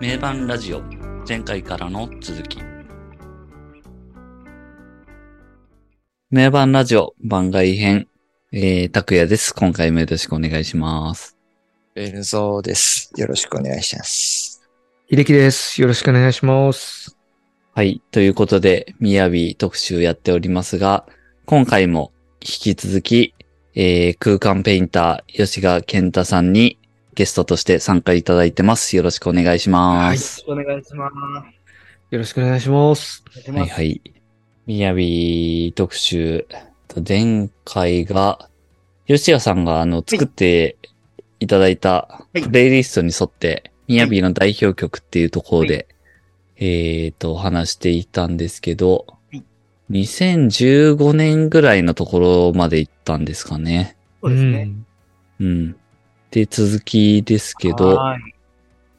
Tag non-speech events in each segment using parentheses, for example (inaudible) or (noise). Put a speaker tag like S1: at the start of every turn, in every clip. S1: 名盤ラジオ前回からの続き名盤ラジオ番外編えー、拓也です今回もよろしくお願いします
S2: ベルゾーです。よろしくお願いします。
S3: 秀樹です。よろしくお願いします。
S1: はいということでみやび特集やっておりますが今回も引き続き、えー、空間ペインター吉川健太さんにゲストとして参加いただいてますよろしくお願いします
S4: お願いします。
S3: よろしくお願いします。
S4: お願いし
S1: は
S4: ま
S1: い
S4: す
S1: はい。みやび特集。前回が、吉谷さんがあの、作っていただいた
S4: い
S1: プレイリストに沿って、みやびの代表曲っていうところで、えっと、話していたんですけど
S4: はい、
S1: 2015年ぐらいのところまで行ったんですかね。
S4: そうですね。
S1: うん。で、続きですけど、
S4: はーい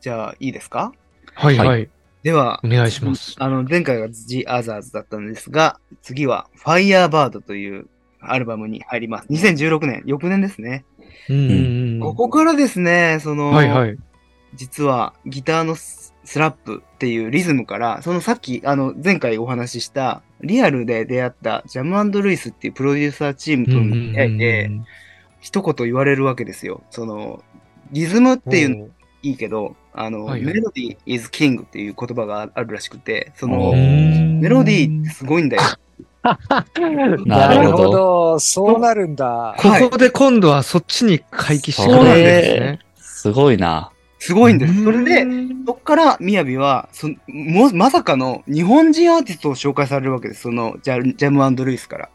S4: じゃあ、いいですか
S3: うん。はいはい、
S1: は
S4: では
S3: お、願いします。
S4: あの、前回が The Others だったんですが、次は Firebird というアルバムに入ります。2016年、翌年ですね。
S3: うんうん
S4: ここからですね、その、
S3: はいはい。
S4: 実はギターのススラップっていうリズムから、そのさっき、あの、前回お話しした、リアルで出会ったジャムルイスっていうプロデューサーチームとの出会いで、一言言われるわけですよ。その、リズムっていうの
S3: の。
S4: いいけど、あの、
S3: はいはい
S4: メロディー is king っていう言葉があるらしくて、そ
S1: お
S4: の
S1: ー、
S4: メロディーってすごいんだよ。
S1: なるほど
S2: そうなるんだ。
S4: はい
S3: ここで今度はそっちに回帰して
S1: そ
S3: くるんです
S1: れ
S3: ね。、
S1: すごいな。
S4: すごいんです。それ
S3: う
S4: で、
S3: ん
S4: そっから、みやびは、そもまさかの日本人アーティストを紹介されるわけです。その、ジャジャムルイスから。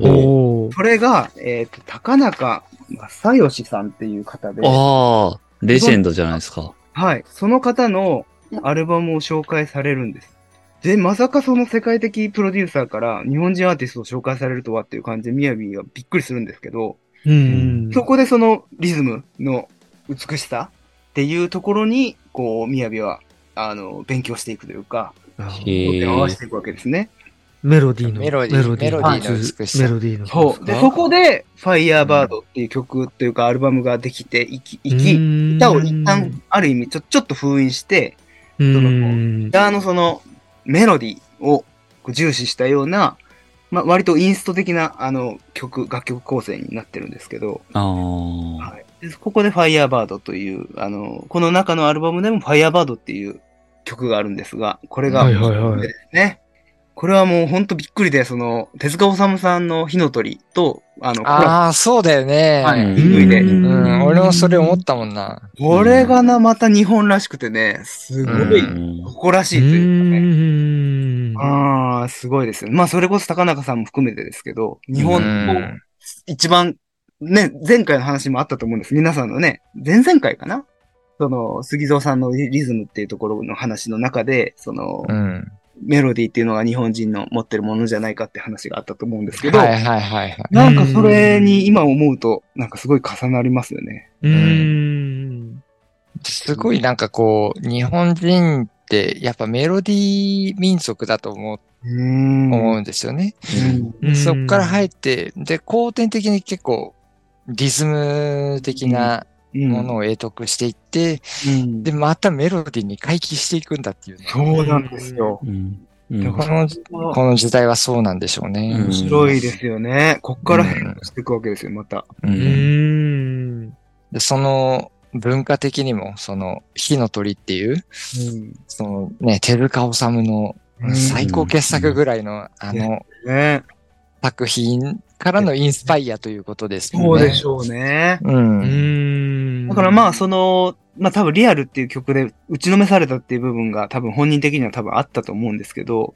S3: おー
S4: それが、えっ、と、高中正義さんっていう方で、
S1: ああ、レジェンドじゃないですか。
S4: はい。その方のアルバムを紹介されるんです。で、まさかその世界的プロデューサーから日本人アーティストを紹介されるとはっていう感じで、みやびがびっくりするんですけど、
S3: うん。
S4: そこでそのリズムの美しさっていうところに、こう、みやびは、あの、勉強していくというか、
S3: あ
S1: へ
S3: ー
S1: ー
S4: 合わせていくわけですね。
S3: メロディーの。
S2: メロディーメロディーの美しさ
S3: メロディーの。
S4: そう。で、そこで、ファイヤーバードっていう曲というか、アルバムができていき、いき、
S3: き
S4: 歌を一旦、、ある意味ちょ、ちょっと封印して、
S3: うん
S4: ギ。ターのその、メロディーをこう重視したような、まあ、割とインスト的な、あの、曲、楽曲構成になってるんですけど、
S1: ああ、
S4: はい、でここで Firebird という、あの、この中のアルバムでも Firebird っていう曲があるんですが、これが、
S3: はいはいはい
S4: ですね。これはもうほんとびっくりで、その、手塚治虫さんの火の鳥と、あの、コラ
S2: ああ、そうだよね。
S4: ボは
S1: うん
S4: い、類で。
S2: う、
S3: うん
S2: 俺もそれ思ったもんな。
S4: これがな、また日本らしくてね、すご
S2: う
S4: い
S1: ん
S4: 誇らしいというかね。
S3: ん。
S4: ああ、すごいですよね。まあ、それこそ高中さんも含めてですけど、日
S2: う
S4: 本の
S2: ん。
S4: 一番、ね、前回の話もあったと思うんです。皆さんのね、前々回かなその、杉蔵さんのリリズムっていうところの話の中で、その、
S2: うん。
S4: メロディーっていうのが日本人の持ってるものじゃないかって話があったと思うんですけど、
S2: はいはいはいはい。
S4: なんかそれに今思うと、なんかすごい重なりますよね。
S3: うん。
S2: すごいなんかこう、日本人ってやっぱメロディー民族だと思う
S4: うーん
S2: 思うんですよね。
S4: うん
S2: そっから入っ
S3: っ
S2: て、で、後天的に結構、リズム的な
S4: うん
S2: ものを得得していって、
S4: うん
S2: で、またメロディーに回帰していくんだっていうね。
S4: そうなんですよ。
S1: うんう
S2: こ
S1: ん
S2: の、この時代はそうなんでしょうね。
S1: うん
S4: 面白いですよね。こっから変化していくわけですよ、また。
S2: うん
S3: うん。
S2: でその文化的にも、その、火の鳥っていう、そのね、手塚治虫の最高傑作ぐらいの、あの、
S4: ね。
S2: 作品からのインスパイアということです
S4: そ
S2: も
S4: うん
S2: ね。
S4: でしょうね。
S2: うん。
S4: だ
S3: だ
S4: からまあ、その、まあ多分リアルっていう曲で打ちのめされたっていう部分が多分本人的には多分あったと思うんですけど、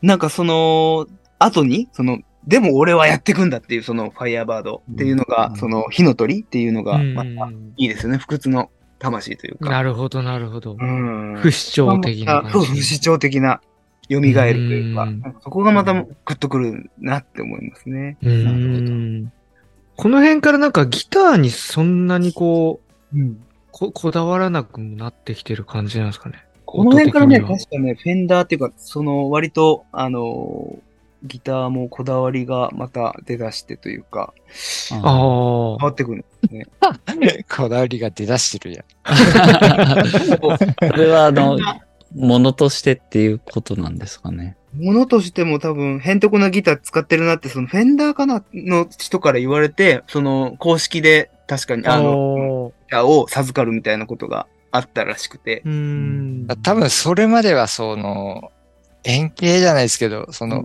S4: なんかその、後に、その、でも俺はやってくんだっていうそのファイヤーバードっていうのが、
S1: うん
S4: その火の鳥っていうのが、また
S3: うん
S4: いいですよね。不屈の魂というか。
S3: なるほど、なるほど。
S4: うん。
S3: 不死鳥的な
S4: そう
S3: 感
S4: そう、不
S3: じ。
S4: 死鳥的な、蘇るというか、
S3: うん
S4: なんかそこがまたグッとくるなって思いますね。
S3: うんこの辺からなんかギターにそんなにこう、
S4: うん
S3: ここだわらなくもなってきてる感じなんですかね。
S4: この辺からね、
S3: 音的には
S4: 確かね、フェンダーっていうか、その割と、あのーギターもこだわりがまた出だしてというか、
S3: あ
S1: あ
S3: あ。
S4: 変わってくる。
S2: (laughs) こだわりが出だしてるやん。
S1: ー。それは、あの、ものとしてっていうことなんですかね。
S4: ものとしても多分、へんてこなギター使ってるなって、そのフェンダーかなの人から言われて、その公式で確かにあの、
S3: の、
S4: ギターを授かるみたいなことがあったらしくて
S3: う。ん。
S2: 多分それまではその、円形じゃないですけど、その、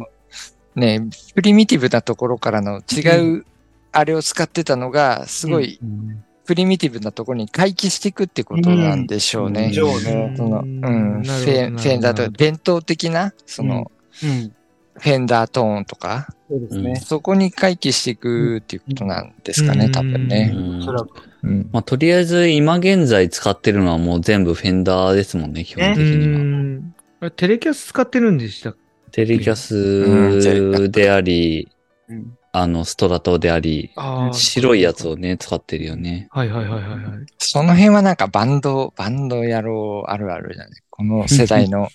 S2: ね、プリミティブなところからの違う、あれを使ってたのが、すごい
S1: うん
S2: プリミティブなところに回帰していくってことなんでしょうね。
S1: うん
S4: 以上ね
S2: その、う
S3: なるほ
S2: ん、
S3: ど
S2: フェンフェンダー
S3: な
S2: とか
S3: るほど
S2: 伝統的な、その、
S4: うん。
S2: フェンダートーンとか、
S4: そうですね。
S2: そこに回帰していくっていうことなんですかね、
S3: うん
S2: 多分
S1: う
S2: ね。
S1: ん
S4: おそらく。
S2: うん
S1: まあ、とりあえず今現在使ってるのはもう全部フェンダーですもんね、基本
S3: う
S1: 的には。
S3: ん。あれテレキャス使ってるんでしたっ
S1: テレキャ
S2: うんテレキャ
S1: ス
S2: ス
S1: であり、
S4: うん
S1: あの、ストラトであり、
S3: ああ。
S1: 白いやつをね、使ってるよね。
S3: はいはいはいはいはい。
S2: その辺はなんかバンド、バンド野郎あるあるじゃない。この世代の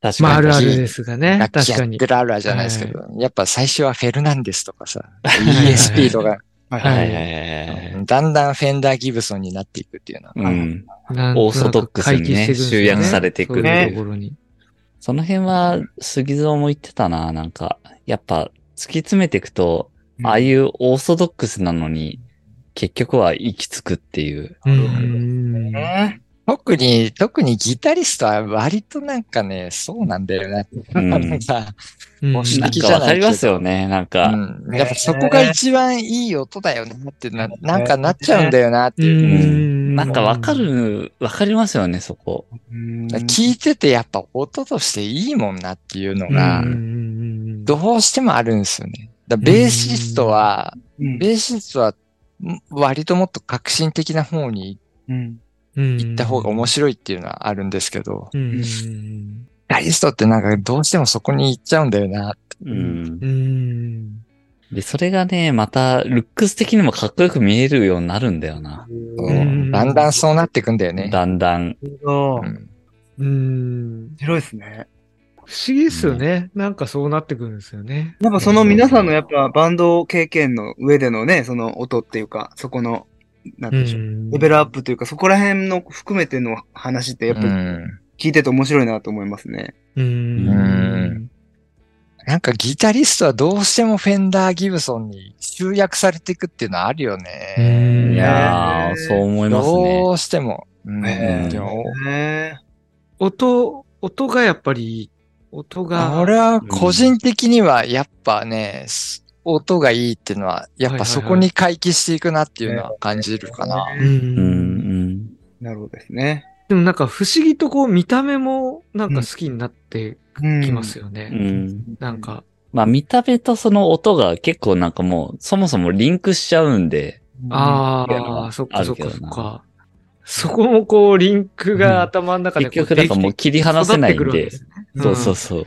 S1: 確
S3: (laughs) まあ、あ
S1: かに。
S3: るあるですがね。
S2: 楽器
S3: 確
S2: や
S3: か
S2: っ
S3: に
S2: て。るあるあるじゃないですけど、やっぱ最初はフェルナンデスとかさ、ESP とか、
S4: はい
S1: は
S4: はいい。
S1: はいはいはい。
S2: だんだんフェンダー・ギブソンになっていくっていうのは。
S1: うん。
S3: なん
S1: オーソドックスにね
S3: 回帰していくんですよ
S1: 集約されていく
S3: そういうところに。
S1: その辺は、杉蔵も言ってたな、なんか。やっぱ、突き詰めていくと、
S4: うん
S1: ああいうオーソドックスなのに、結局は行き着くっていう。
S3: う
S4: なる
S3: ん。
S4: ね
S2: 特に、特にギタリストは割となんかね、そうなんだよね。
S1: うん
S2: (laughs) なんか、
S3: うん
S2: も
S1: な
S2: う
S1: ん
S2: 指摘
S1: か
S2: じゃ
S1: わ
S2: な
S1: か
S2: いけ
S1: り
S2: ど
S1: ますよね、なん
S2: う
S1: か。
S2: ん、やっぱそこが一番いい音だよねってな、なんかなっちゃうんだよなって
S3: う
S2: いう。
S1: うん
S3: ん。
S1: なんかわかる、わかりますよね、そこ。
S4: うん
S2: 聞いててやっぱ音としていいもんなっていうの
S3: うん。
S2: が
S3: う、ん
S2: どうしてもあるんですよね。だからベーシストは、
S4: うん
S2: ベーシストはん割ともっと革新的な方に
S4: うん。
S2: 行った方が面白いっていうのはあるんですけど、
S3: うん
S4: うん
S2: ギタリストってなんかどうしてもそこに行っちゃうんだよな。
S1: うん
S3: う。ん。
S1: で、それがね、また、ルックス的にもかっこよく見えるようになるんだよな。
S2: うんだんだんそうなっていくんだよね。
S1: だんだん。
S4: そうう。
S2: ん
S4: 面
S3: うん。
S4: 白いですね。
S3: 不思議ですよね。なんかそうなってくるんですよね。
S4: やっぱその皆さんのやっぱバンド経験の上でのね、その音っていうか、そこの、なんていうんでしょう。レベルアップというか、そこら辺の含めての話ってやっぱ
S2: う
S4: り
S2: ん
S4: 聞いてて面白いなと思いますね。
S3: うん。
S2: うんなんかギタリストはどうしてもフェンダー・ギブソンに集約されていくっていうのはあるよ
S3: う
S1: い
S3: ん
S2: ね。
S1: やー、そう思いますね
S2: ど。うしても。うん
S4: ね
S1: え
S2: でも
S4: ね
S3: 音、音がやっぱり、音が。
S2: 俺は個人的にはやっぱね、す音がいいっていうのは、やっぱそこに回帰していくなっていうのは感じるかな。
S3: う。
S1: うんん、
S4: なるほどですね。
S3: でもなんか不思議とこう見た目もなんか好きになってきますよ
S1: う
S3: ね。
S1: ん。うん。
S3: なんか。
S1: まあ、見た目とその音が結構なんかもう、そもそもリンクしちゃうんで。
S3: あ
S1: いやま
S3: あ、
S1: あ
S3: そっ
S1: あ
S3: かそ
S1: るけ
S3: っか
S1: ど
S3: そっ
S1: な
S3: か。そこもこう、リンクが頭の中で
S1: 結
S3: こう
S1: 局なんかもう切り離せないんで。そうそう
S3: そ
S1: そう。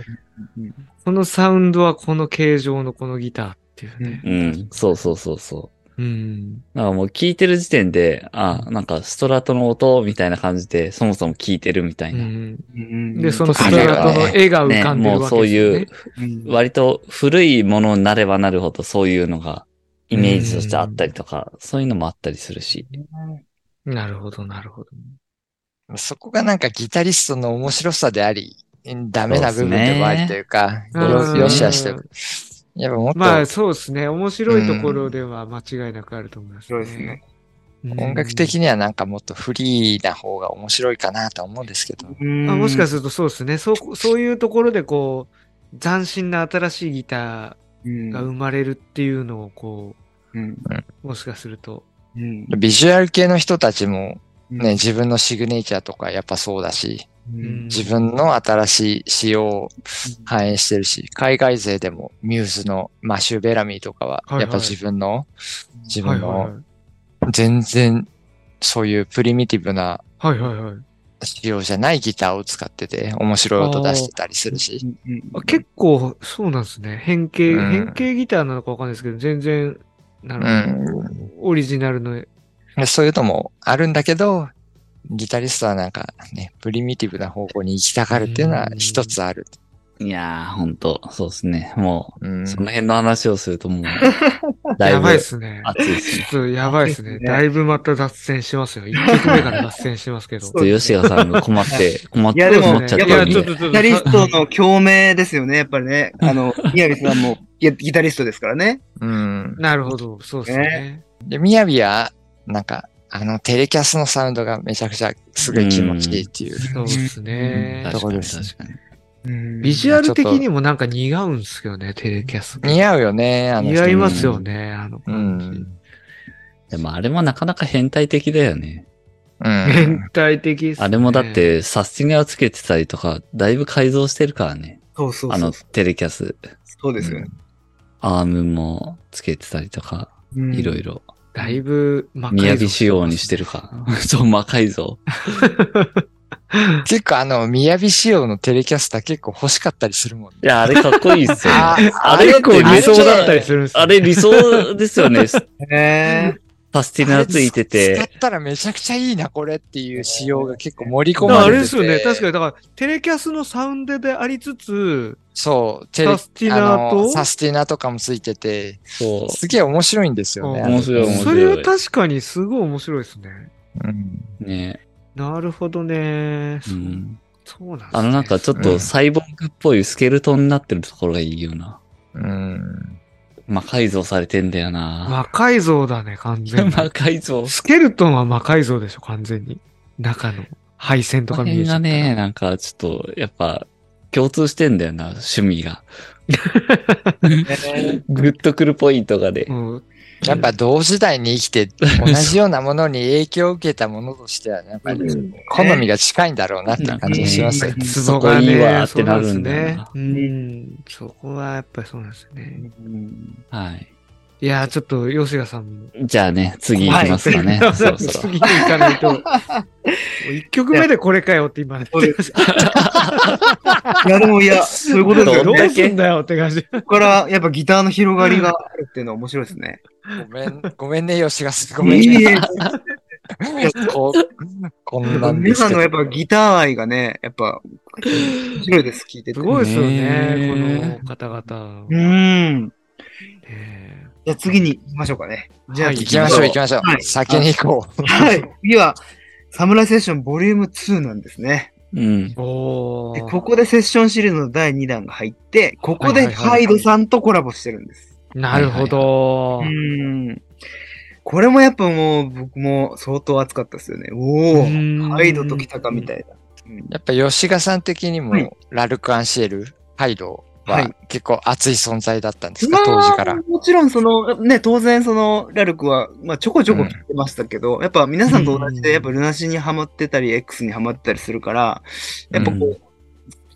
S3: このサウンドはこの形状のこのギターっていうね。
S1: うん。そうそうそうそ
S3: うん。
S1: う。なんかもう聞いてる時点で、あ、なんかストラトの音みたいな感じで、そもそも聞いてるみたいな。
S4: うん
S3: で、そのストラトの絵が浮
S1: ね、
S3: かんでる
S1: もう
S3: わ
S1: そ
S3: け
S1: う
S3: ですよ
S1: いう
S3: ね。、
S4: うん
S1: 割と古いものになればなるほどそういうのが、イメージとしてあったりとか、そういうのもあったりするし。
S3: なるほど、なるほど。
S2: そこがなんかギタリストの面白さであり、ダメな部分でもありというか、
S3: うん
S2: よよしあしてる。やっぱもっと
S3: まあ、そうですね。面白いところでは間違いなくあると思います、
S4: 面白いですね。
S3: うん
S2: 音楽的にはなんかもっとフリーな方が面白いかなと思うんですけど。
S4: うん
S3: あもしかするとそうですね。そう、そういうところでこう、斬新な新しいギタ
S4: うん
S3: ーが生まれるっていうのをこ
S4: うん
S3: う、もしかすると。
S4: うん
S2: ビジュアル系の人たちもね、自分のシグネチャーとかやっぱそうだし、
S4: うん
S2: 自分の新しい仕様を反映してるし、海外勢でもミューズのマシュー・ベラミーとかは、
S3: はいはい
S2: やっぱ自分の、自
S3: はい
S2: 分
S3: はい
S2: の全然そういうプリミティブな
S3: はい。はいはいはい。
S2: 仕様じゃないギターを使ってて、面白い音出してたりするし。
S3: あ結構、そうなんですね。変形、
S2: うん
S3: 変形ギターなのかわかんないですけど、全然、な
S2: う
S3: るほ
S2: ん。
S3: ど、オリジナルの、
S2: でそういうのもあるんだけど、ギタリストはなんかね、プリミティブな方向に行きたがるっていうのは一つある。
S1: いやー、ほんと、そうですね。も
S2: うん
S1: う、その辺の話をするともう、だい
S3: や
S1: ぶ
S3: ばいっ
S1: 熱
S3: すね。
S1: いですね。
S3: ちょっとやばいです
S4: そう
S3: ね。
S4: ですね
S3: だいぶまた脱線しますよ。一曲目から脱線しますけど
S1: ちょ。っと吉賀さんが困って、困っ
S4: いや
S1: て
S4: で
S1: 困
S4: も
S1: っちゃっ
S4: や
S1: て
S4: っぱ
S1: る
S4: り
S1: ん
S4: ちょ
S1: で
S4: っ。ギタリストの共鳴ですよね、やっぱりね。あの、宮城さんもいやギタリストですからね。
S2: うん。
S3: なるほど、そうですね。
S2: で、みやびは、なんか、あの、テレキャスのサウンドがめちゃくちゃすごい気持ちいいっていう。
S3: そうです
S1: うん
S3: ね。
S1: 確か
S2: どこ
S1: に、
S2: です
S1: 確かに。
S3: ビジュアル的にもなんか似合うんですよね、テレキャス。
S2: 似合うよね、あの
S3: 似
S2: 人
S3: 合いますよね、あの感じ。
S2: うん
S1: でもあれもなかなか変態的だよね。
S2: うん。
S3: (laughs) 変態的っすね
S1: あれもだっ、て、サスティナをつけてたりとか、だいぶ改造してるからね。
S4: そうそう
S1: あ
S4: そ
S1: の、
S4: う。
S1: テレキャス、
S4: そうですよね。
S1: アームもつけてたりとか、いろいろ。
S3: だいぶ魔改造
S1: 宮城仕様にしてるから。そう、魔改造。
S2: 結構あの、みやび仕様のテレキャスター結構欲しかったりするもんね。
S1: いや、あれかっこいいっすよね。あ
S2: あ
S1: れ
S3: 結構
S1: あ
S3: 理
S1: れ
S3: 想だったりするんですよ
S1: (laughs) あれ理想ですよね。
S4: ね
S1: サスティナついて。
S2: 使ってたらめちゃくちゃいいな、これっていう仕様が結構盛り込
S3: だから
S2: ま
S3: あ
S2: れ
S3: れ
S2: てて。
S3: ですよね。確かに、だから、テレキャスのサウンドでありつつ、
S2: そう、テレ
S3: サスティナー
S2: あ
S3: と
S2: の、サスティナーとかもついてて、
S1: そう。
S2: すげえ面白いんですよね。
S3: うん
S2: あれ
S1: 面白い面白い
S3: それは確かにすごい面白いですね。
S2: うん
S1: ね、
S3: なるほどね。
S1: う
S3: そ
S1: ん。
S3: そうなんですね。
S1: あのなんかちょっとサイボーグっぽいスケルトンになってるところがいいよな。
S2: うん。
S1: 魔改造されてんだよな。
S3: 魔改造だね、完
S1: (laughs)
S3: 全に。
S1: 魔改造。
S3: スケルトンは魔改造でしょ、完全に。中の配線と
S1: こ
S3: か
S1: の
S3: 見え
S1: 辺
S3: ちゃ
S1: が
S3: ったら
S1: ね、なんかちょっと、やっぱ、共通してんだよな、趣味が。グッとくるポイントがね。
S3: うん、
S2: やっぱ同時代に生きて、同じようなものに影響を受けたものとしては、やっぱり好みが近いんだろうなって感じがしますよ
S4: うん
S3: ツ
S1: そ
S3: ボが
S1: こいいわ
S3: ね、
S1: ーってなるんだよな
S3: そうなんですね。うん。そこはやっぱりそうなんですね。
S1: (laughs) はい。
S3: いやー、ちょっと、吉賀さんも。
S1: じゃあね、次行きますかね。 (laughs) そろそろ。
S3: 次に行かないと。もう (laughs) 一曲目でこれかよって (laughs) 今、
S4: そうですいや、でもいや、そういうことですよ
S3: どう
S4: ね。
S3: すんだよって感じ。
S4: ここから、やっぱギターの広がりがあるっていうのは面白いですね。
S2: ごめん、ごめんね、吉賀さん。ご
S4: ご
S2: めん
S4: いい
S2: ね。
S4: ね。
S2: こうこんなんで
S4: 皆
S2: す
S4: さん
S2: け
S4: の
S2: ど。
S4: やっぱギター愛がね、やっぱ、面白いです、聞いてて。
S3: すごいですよね
S1: ね、
S3: この方々。
S4: う
S3: ね
S4: ーん。
S3: え
S4: じゃあ次に行きましょうかね。じゃあ、
S3: はい
S2: 行きましょう、行き
S4: ま
S2: ましょ
S4: は
S2: う。
S4: い
S2: 先に行こう。
S4: しょう。はい。次は、サムライセッションボリューム2なんですね。
S3: (laughs)
S1: うん。
S3: お
S4: で
S3: ー。
S4: ここでセッションシリーズの第2弾が入って、ここで
S3: はいはいは
S4: ハ
S3: い
S4: イドさんとコラボしてるんです。
S3: なるほど。
S4: うん。これもやっぱもう、僕も相当熱かったですよね。お
S3: う
S4: お
S3: ん
S4: ハイドと来たかみたいな。うん
S2: やっぱ吉賀さん的に
S4: はい
S2: も、ラルク・アンシエル、ハイド
S4: は
S2: はい結構熱い存在だったんです
S4: ま
S2: か、
S4: あ
S2: 当時から。
S4: もちろん、その、ね、当然、その、ラルクは、まあ、ちょこちょこ聞いてましたけど、やっぱ皆さんと同じ
S3: う
S4: で、
S3: ん
S4: やっぱルナシにハマってたり、X にハマってたりするから、やっぱこ
S1: う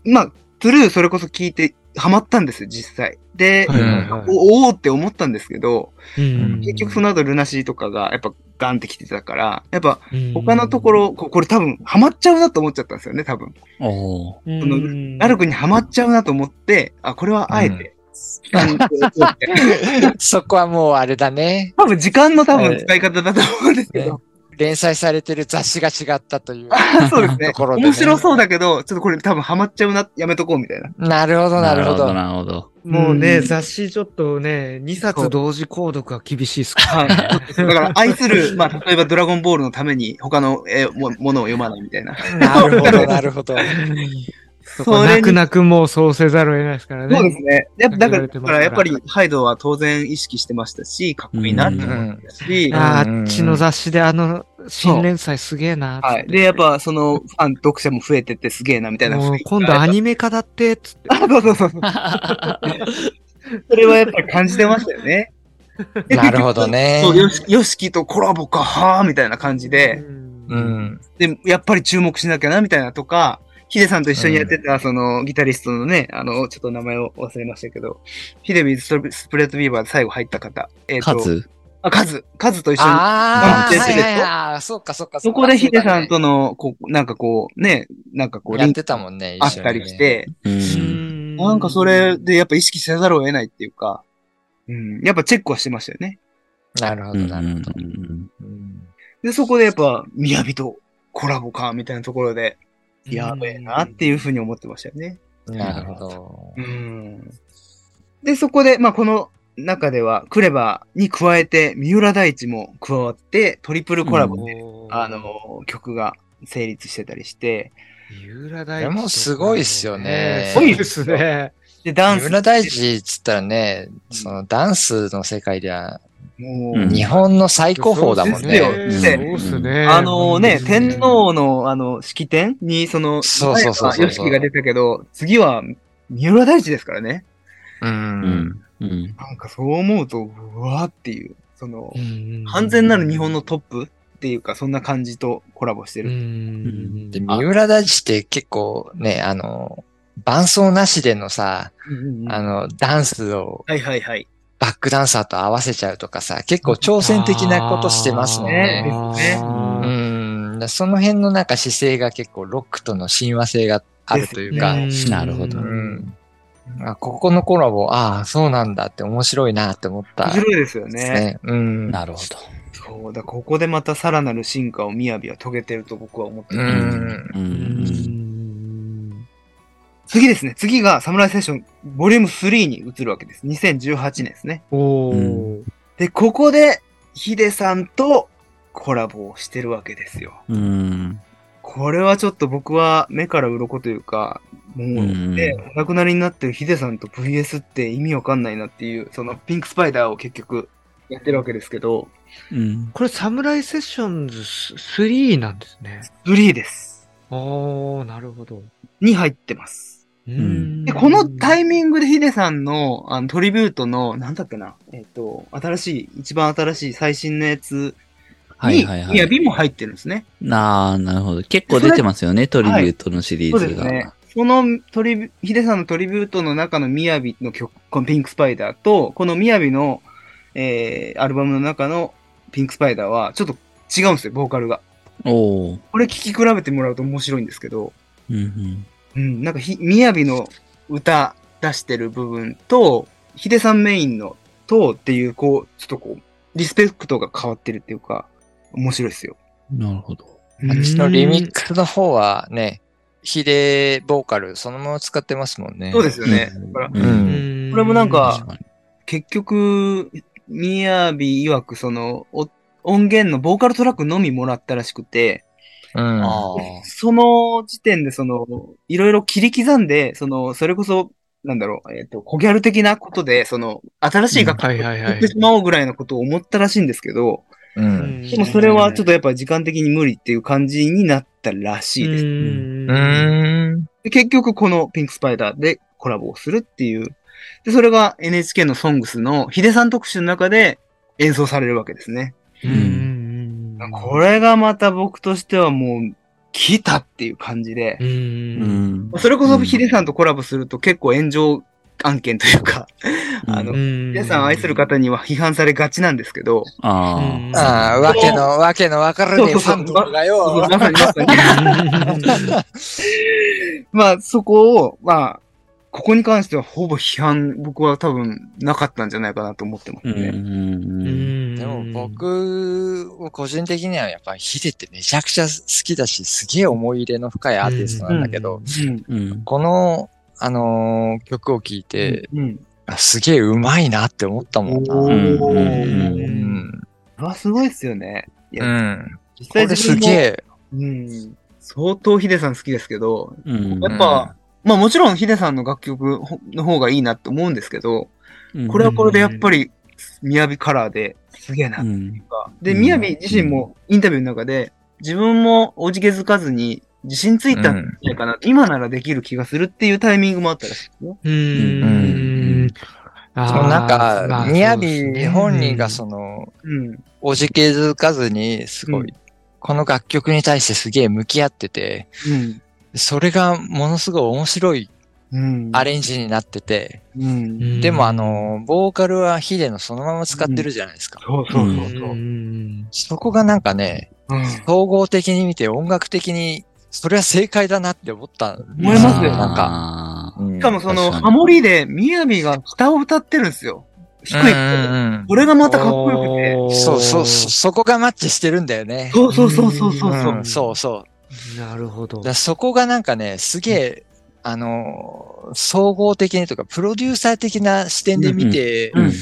S4: う、まあ、トゥルーそれこそ聞いて、ハマったんですよ、実際。で、
S3: はいはいはい
S4: おおーって思ったんですけど、
S3: うん
S4: 結局その後ルナシーとかが、やっぱガンって来てたから、やっぱ他のとこ、ろ、ここれ多分、ハマっちゃうなと思っちゃったんですよね、多分。
S1: おー
S3: うん
S4: そのラルクにハマっちゃうなと思って、あ、これはあえて、あの
S3: (laughs)
S2: そこはもうあれだね。
S4: 多分時間の多分使い方だと思うんですけど。
S2: 連載されてる雑誌が違ったという。
S4: そうですね
S2: ところ。でね
S4: 面白そうだけど、ちょっとこれ多分ハマっちゃうな、やめとこうみたいな。
S2: なるほど、なるほど。
S1: なるほど。
S3: もうね、
S4: うん
S3: 雑誌ちょっとね、2冊同時購読は厳しいっすか
S4: はい。
S3: (laughs)
S4: だから愛する、まあ、例えばドラゴンボールのために他のえーもものを読まないみたいな。
S2: なるほど、なるほど。
S3: ら。そこ泣く泣くもうそうせざるを得ないですからね。
S4: そうですね。やっぱだから、
S3: 言われて
S4: だか
S3: ますから
S4: らやっぱりハイドは当然意識してましたし、かっこいいなって思 (laughs) ってたし、は
S3: あ
S2: う
S3: ー
S2: ん
S3: あっちの雑誌であの新連載すげえなっつっ
S4: い。
S3: て。
S4: で、やっぱそのファン、読者も増えてってすげえなみたいな
S3: も
S4: 雰
S3: う
S4: 囲気が。
S3: 今度アニメ化だって、つっ
S4: (laughs)
S3: て。
S4: あ、そうそうそうそう。それはやっぱり感じてましたよね。
S2: (laughs) なるほどね。
S4: そう、よし、よしきとコラボか、はぁ、みたいな感じで、
S3: うん
S2: うん。
S4: で、やっぱり注目しなきゃな、みたいなとか、ヒデさんと一緒にやってた、その、ギタリストのね、あの、ちょっと名前を忘れましたけど、ヒデミズスプレッドビーバーで最後入った方、えっ、
S1: かつ、
S4: あ、カズ、カズと一緒に、
S2: ああ、
S4: 一緒
S2: は
S4: に
S2: いはいはい。そうか、そうか。
S4: そこでヒデさんとの、こう、なんかこう、ね、なんかこう、
S2: やっ
S4: リン
S2: て
S4: ク
S2: たもんね、
S4: あっ
S2: 一緒にね
S4: たりし。て、
S1: う。
S3: うんん
S4: なんかそれでやっぱ意識せざるを得ないっていうか、うん、やっぱチェックはしてましたよね。
S2: なるほ
S1: う
S2: ど、
S1: ん
S2: なるほど。
S1: うん
S2: うん
S4: で、そこでやっぱ、宮人コラボか、みたいなところで、やべえなっていうふうに思ってましたよね。
S2: なるほど。
S4: うんで、そこで、まあ、この中では、クレバーに加えて、三浦大知も加わって、トリプルコラボで、あの、曲が成立してたりして、
S3: 三浦大
S2: いやもうすごいっすよね
S3: すごいですね。
S4: で、ダン
S2: 三
S4: ス、
S2: 浦大知っつったらね、そのダンスの世界では
S4: も
S1: うん
S4: う、
S2: 日本の最高峰だもん
S4: ですよ
S2: ね。
S3: そうですね。
S4: あのね、天
S3: を
S4: 皇の、あの、式典に、その、
S2: そうそうそうそう
S4: 前は吉木が出たけど、次は、三浦大知ですからね。
S2: う。
S1: うんん。うん。
S4: なんかそう思うと、うわーっていう、その、完全なる日本のトップっていうか、そんな感じとコラボして
S3: う
S4: る。
S3: ん。
S2: で、三浦大知って結構ね、あの、伴奏なしでのさ、あ
S4: あの
S2: の、ダンスを
S4: はいはいはい。
S2: バックダンサーと合わせちゃうとかさ、結構挑戦的なことしてますもんね。
S3: あー
S4: ですね
S2: う、
S1: うん
S2: だその辺のなんか姿勢が結構ロックとの親和性があるというか、
S3: うん
S1: なるほど
S2: うんあここのコラボ、ああ、そうなんだって面白いなって思った
S4: 面白いですよ
S2: です
S4: ね。
S2: ね。うん。
S1: なるほど。
S4: そうだ、ここでまたさらなる進化をみやびは遂げてると僕は思って
S2: う
S4: る。
S2: ん。
S1: うん。うん
S4: 次ですね。次がサムライセッションボリューム3に移るわけです。2018年ですね。
S3: お
S1: う
S3: ー。
S4: で、ここでヒデさんとコラボをしてるわけですよ。
S1: うん。
S4: これはちょっと僕は目から鱗というか、もう、
S1: ん
S4: ねお亡くなりになってるヒデさんと VS って意味わかんないなっていう、そのピンクスパイダーを結局やってるわけですけど、
S1: うん。
S3: これ、サムライセッションズ3なんですね。
S4: 3です。
S3: おー、なるほど。
S4: に入ってます。
S1: ん
S4: で、このタ
S3: イ
S4: イミングでヒデさんのあのトリビュートの、なんだっけな、えっ、と、新しい、一番新しい最新のやつ
S1: はい
S4: に、
S1: はいは
S4: みや
S1: い。
S4: びも入ってるんですね。
S1: ああ、なるほど。結構出てますよね、トリビュートのシリー
S4: そうで
S1: ズ
S4: す
S1: が。
S4: ね。そのトリビュ、ヒデさんのトリビュートの中のみやびの曲、このピンクスパイダーと、このみやびの、えー、アルバムの中のピンクスパイダーは、ちょっと違うんですよ、ボーカルが。
S1: おお。
S4: これ聞き比べてもらうと面白いんですけど、
S1: うんうん。
S4: うん、なんかひ、みやびの歌出してる部分と、ヒデさんメインのとっていう、こう、ちょっとこう、リスペクトが変わってるっていうか、面白いですよ。
S1: なるほど。
S4: うん
S2: あっちのリミックスの方はね、ヒデボーカルそのまま使ってますもんね。
S4: そうですよね。だから、
S1: う。
S2: うんん。
S4: これもなんか
S1: 確かに。
S4: 結局、みやび曰く、その、お音源のボーカルトラックのみもらったらしくて、
S2: うん。
S1: あ
S4: その時点で、その、いろいろ切り刻んで、その、それこそ、なんだろう、えっ、と、小ギャル的なことで、その、新しい楽器
S3: はいはいは
S4: やっ
S3: い
S4: て。しまおうぐらいのことを思ったらしいんですけど、
S2: う。
S3: うんん
S4: でもそれはちょっとやっぱ時間的に無理っていう感じになったらしいです。
S3: うん
S2: うーん。
S4: で結局このピンクスパイダーでコラボをするっていう。で、それが NHK のソングスのヒデさん特集の中で演奏されるわけですね。
S3: うん
S4: これがまた僕としてはもう来たっていう感じで
S3: う。。
S1: うんん。
S4: それこそヒデさんとコラボすると結構炎上案件というか、
S1: うん
S4: あの、ヒ
S3: ヒ
S4: デさんを愛する方には批判されがちなんですけど、
S1: あ
S3: うん
S2: ああ、わけの、わけのわからねえファンとかがよ。
S4: まさにまさに。まあ、そこを、まあ、ここに関してはほぼ批判、僕は多分なかったんじゃないかなと思ってます
S1: うんう
S4: ね。
S1: ん。
S2: でも、僕、個人的にはやっぱヒデってめちゃくちゃ好きだし、すげえ思い入れの深いアーティストなんだけど、
S4: うん。
S1: うん。
S2: この、あのー曲を聴いて、
S4: うん。
S2: あすげえうまいなって思ったもん
S4: お
S2: な。
S1: ー
S2: う。
S1: うん
S4: うわ、すごいっすよね。いや
S2: うん。
S4: 実
S2: これ
S4: 自
S2: す
S4: 分も
S2: げえ。
S4: うん。相当ヒデさん好きですけど、
S1: うん
S4: やっぱ、まあもちろんヒデさんの楽曲の方がいいなって思うんですけど、これはこれでやっぱり、雅カラーですげえな
S1: う。ん。
S4: で、
S1: うん
S4: みやび自身もインタビューの中で、自分もおじけづかずに自信ついたんじゃないかな、今ならできる気がするっていうタイミングもあったらしいよ。
S3: うん。
S2: そのなんか、みやび本人がその、
S4: うん。
S2: おじけづかずに、すごい、この楽曲に対してすげえ向き合ってて、それがものすごい面白い
S4: うん。うん。
S2: アレンジになってて、
S4: うん。
S3: の
S2: でもあ、の、ボーカルはヒデのそのまま使ってるじゃないですか。
S4: そうそうそう
S3: う
S4: そう。うん。
S3: ん
S2: そこがなんかね、総合的に見て音楽的に、それは正解だなって思った。
S4: 思いますよ
S2: なん
S1: か。
S2: か。うん
S4: しかもそ
S1: 確
S4: の、
S1: かに
S4: ハモリでみやびが下を歌ってるんですよ。低い
S2: うんう
S4: 声で。
S2: んうん
S4: これがまたかっこよくて。
S2: そうそう、そそこがマッチしてるんだよね。
S4: そうそうそうそうそう。。
S2: んそうそう。
S3: なるほど
S2: だ。からそこがなんかね、すげえ、あの、総合的にとか、プロデューサー的な視点で見て、
S1: うん。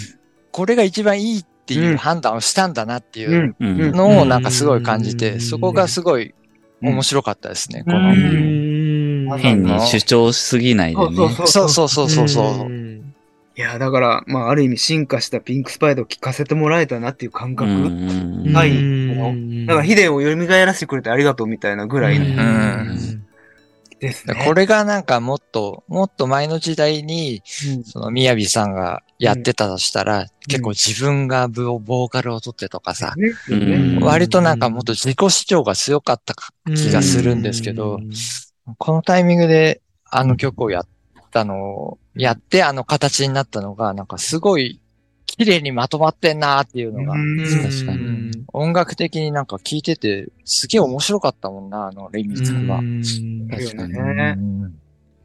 S2: これが一番いいっていううん判断をしたんだなっていううん
S1: うん。
S4: うん
S2: のをなんかすごい感じ
S3: うん
S2: て、そこがすごい面白かったですね。この
S4: う
S3: うんん
S4: うん
S1: 変に主張しすぎないでね。
S2: そうそうそうそうそうう。
S3: ん
S4: いや、だから、まあ、ある意味進化したピンクスパイダーを聞かせてもらえたなっていう感覚。
S1: うん
S4: はい
S3: うん
S4: だから、ヒデを蘇らせてくれてありがとうみたいなぐらい
S2: ん
S4: ですね。
S2: これがなんかもっと、もっと前の時代に、
S4: うん
S2: その、みやびさんがやってたとしたら、結構自分がボボーカルを取ってとかさ、
S4: ね
S1: うん
S2: 割となんかもっと自己主張が強かったか気がするんですけど、このタイミングであの曲をやったのを、やってあの形になったのが、なんかすごい綺麗にまとまってんなーっていうのが、
S4: うん
S1: 確かに
S3: うん
S2: 音楽的になんか聴いてて、すげえ面白かったもんな、あのレミさんは。
S4: だよ
S1: 確かに。
S4: ね。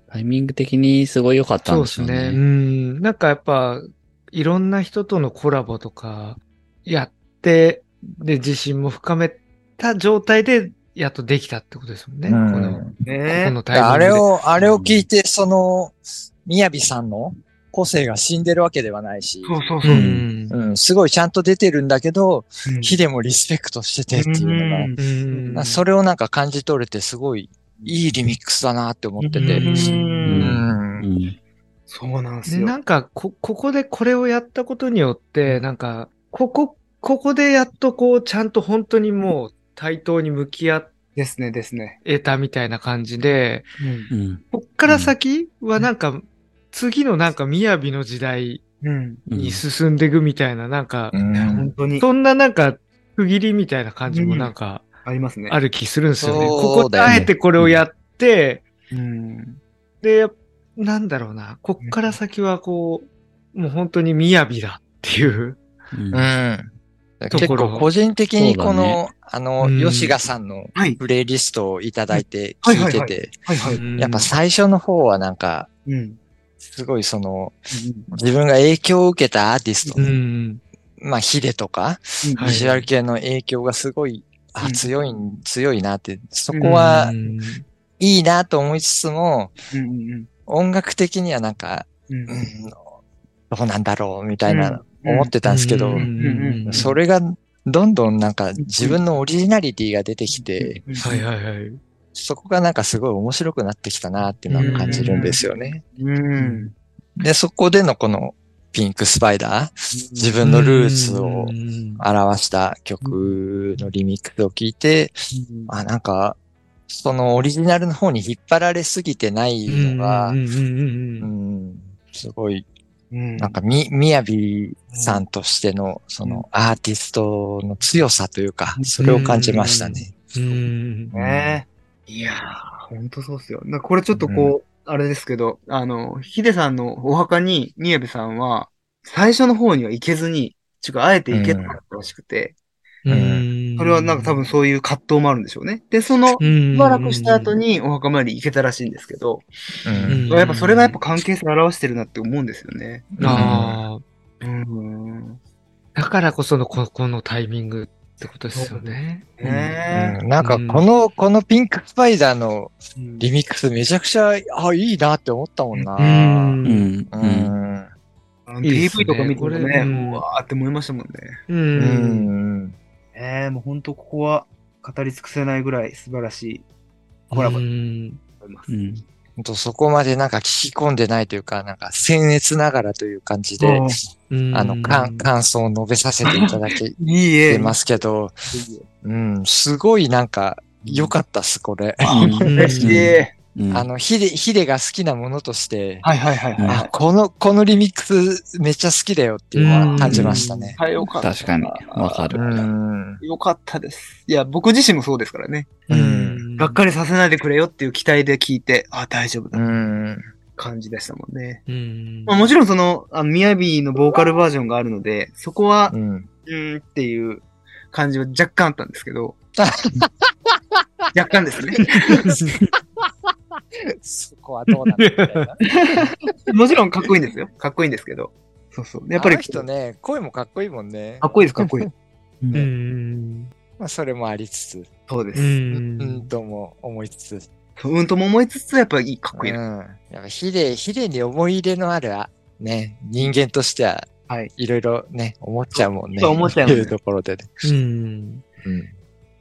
S1: タイミング的にすごい良かった
S3: そ
S1: ん
S3: う
S1: で
S3: ですす
S1: よ
S3: ね。う
S1: ね。
S3: ん。なんかやっぱ、いろんな人とのコラボとかやって、で、自信も深めた状態で、やっとできたってことですもんね。
S2: うん
S3: この、こ
S4: ね
S3: のタイミングで。
S2: あれを、あれを聞いて、その、みやびさんの個性が死んでるわけではないし、
S4: そうそう
S3: う
S4: そう。
S3: ん。
S2: うん、すごいちゃんと出てるんだけど、
S4: うん
S2: ヒデもリスペクトしててっていうのが、
S4: うん
S3: うん
S2: なそれをなんか感じ取れて、すごいいいリミックスだなって思って
S4: う
S2: て。うんん。
S1: うん
S4: そうなんです
S3: で、
S4: よ。
S3: なんか、こ、ここでこれをやったことによって、なんか、ここ、ここでやっとこう、ちゃんと本当にもう対等に向き合
S4: ですね、ですね。
S3: えたみたいな感じで、
S1: うん
S3: こっから先はなんか、次のなんか、雅の時代
S4: うん。
S1: うん
S3: に進んでいくみたいな、なんか、
S4: 本当に
S3: そんななんか、区切りみたいな感じもなんか、
S4: ありますね。
S3: ある気するんですよね。
S2: そう
S3: ここで
S2: だよね
S3: あえてこれをやって、
S4: うん。
S3: で、なんだろうな、こっから先はこう、もう本当に雅だっていう。
S1: うん
S2: うん。
S3: と
S2: 結
S3: ころ
S2: 構個人的に
S1: そう
S2: こ
S1: だ
S2: の、
S1: ね
S2: あの、
S3: うん
S2: 吉賀さんの
S4: はい。
S2: プレイリストをいただいて聞いて
S4: はいはい
S2: て、
S4: はいはい。
S2: やっぱ最初の方はなんか、
S4: うん。
S2: すごいその、自分が影響を受けたアーティスト、
S3: うん、
S2: まあヒデとか、
S3: はい
S2: ビジュアル系の影響がすごい、あ
S4: うん
S2: 強い、強いなって、そこは
S3: うん
S2: いいなと思いつつも、
S4: うんうんうん
S2: 音楽的にはなんか、
S4: うん
S2: うん、どうなんだろうみたいな、
S4: うん
S2: 思ってたんですけど、
S3: うん
S4: うん
S2: それがどんどんなんか自分のオリジナリティが出てきて、
S4: うん
S3: はいはいはい。
S2: そこがなんかすごい面白くなってきたなっていうのを感じるんですよね。
S4: うん。
S2: で、そこでのこのピンクスパイダー、自分のルーツを
S3: うん
S2: 表した曲のリミックスを聞いて、あ、なんか、そのオリジナルの方に引っ張られすぎてないのが
S3: う、んうんうん
S2: う
S3: うん
S2: ん、すごい、
S4: うん。
S2: なんかみ、みやびさんとしての、そのアーティストの強さというか、それを感じましたね。
S3: うん
S4: ねいやー、ほんとそうっすよ。なこれちょっとこう、あれですけど、あの、ヒデさんのお墓に、宮部さんは、最初の方には行けずに、ちゅうか、あえて行けなかったらしくて、
S3: うん
S4: それはなんか多分そういう葛藤もあるんでしょうね。で、その、し
S3: し
S4: ばらくした後、にお墓参り行けたらしいんですけど、
S2: うん
S4: やっぱそれがやっぱ関係性を表してるなって思うんですよね。
S3: あ
S4: うん。
S3: あ、だからこそのここのタイミングってことですよね。。
S4: ね
S2: うんなんか、この、このピンクスパイダーのリミックスめちゃくちゃ、あ、いいなって思ったもんな。
S1: うんん
S2: う
S1: うん
S2: ん。
S4: あの
S3: いいっすね
S4: PV とか見ても
S3: これう
S4: ね、
S3: ん
S4: もうわーって思いましたもんね。
S3: う。
S2: うんん。
S4: ええ、もうほんとここは語り尽くせないぐらい素晴らしいコラボだ
S3: うん
S4: と思います。
S1: うん
S2: ほんとそこまでなんか聞き込んでないというか、なんか僭越ながらという感じで、
S3: うん
S2: あの、かん感想を述べさせていただけ
S4: いいえ
S2: て。ますけ (laughs) ど、うん、すごいなんか良かったっす、これ。
S3: うん
S4: 嬉しい。
S1: うん
S2: あの、ヒデ、ヒデが好きなものとして、
S4: はいはいはいはい。
S2: あ、この、このリミックスめっちゃ好きだよっていうのは感じましたね。
S4: はい、よかった。
S1: 確かに、わかる
S2: う。ん。
S4: よかったです。いや、僕自身もそうですからね。
S2: う
S3: うんん。
S4: がっかりさせないでくれよっていう期待で聞いて、あ、大丈夫
S2: う
S4: だ
S2: ん。
S4: 感じでしたもんね。
S3: うん
S4: まあ、もちろんその、あのみやびのボーカルバージョンがあるので、そこは
S2: う、ん。
S4: うーんっていう感じは若干あったんですけ
S2: (laughs)
S4: ど。若干ですね。
S2: そこはどうなん
S4: (laughs)
S2: だみたいな。
S4: もちろんかっこいいんですよ。かっこいいんですけど。そうそう。やっぱり
S2: あの、人ね、声もかっこいいもんね
S4: か。っこいいです、かっこ
S2: (laughs)
S4: いい。
S1: うん
S3: うん。
S2: まあ、それもありつつ、
S4: そうで
S3: う。
S4: す。
S2: うんん、とも思いつつ。
S4: うんとも思いつつ、やっぱりかっこいいな。
S2: うん。やっぱヒデ、ヒデに思い入れのある、あね、人間としては、
S4: はい。
S2: いろいろね、思っちゃうもんね。
S4: そう思っちゃうもんね
S2: っていうところでね。
S3: うん。
S2: うん。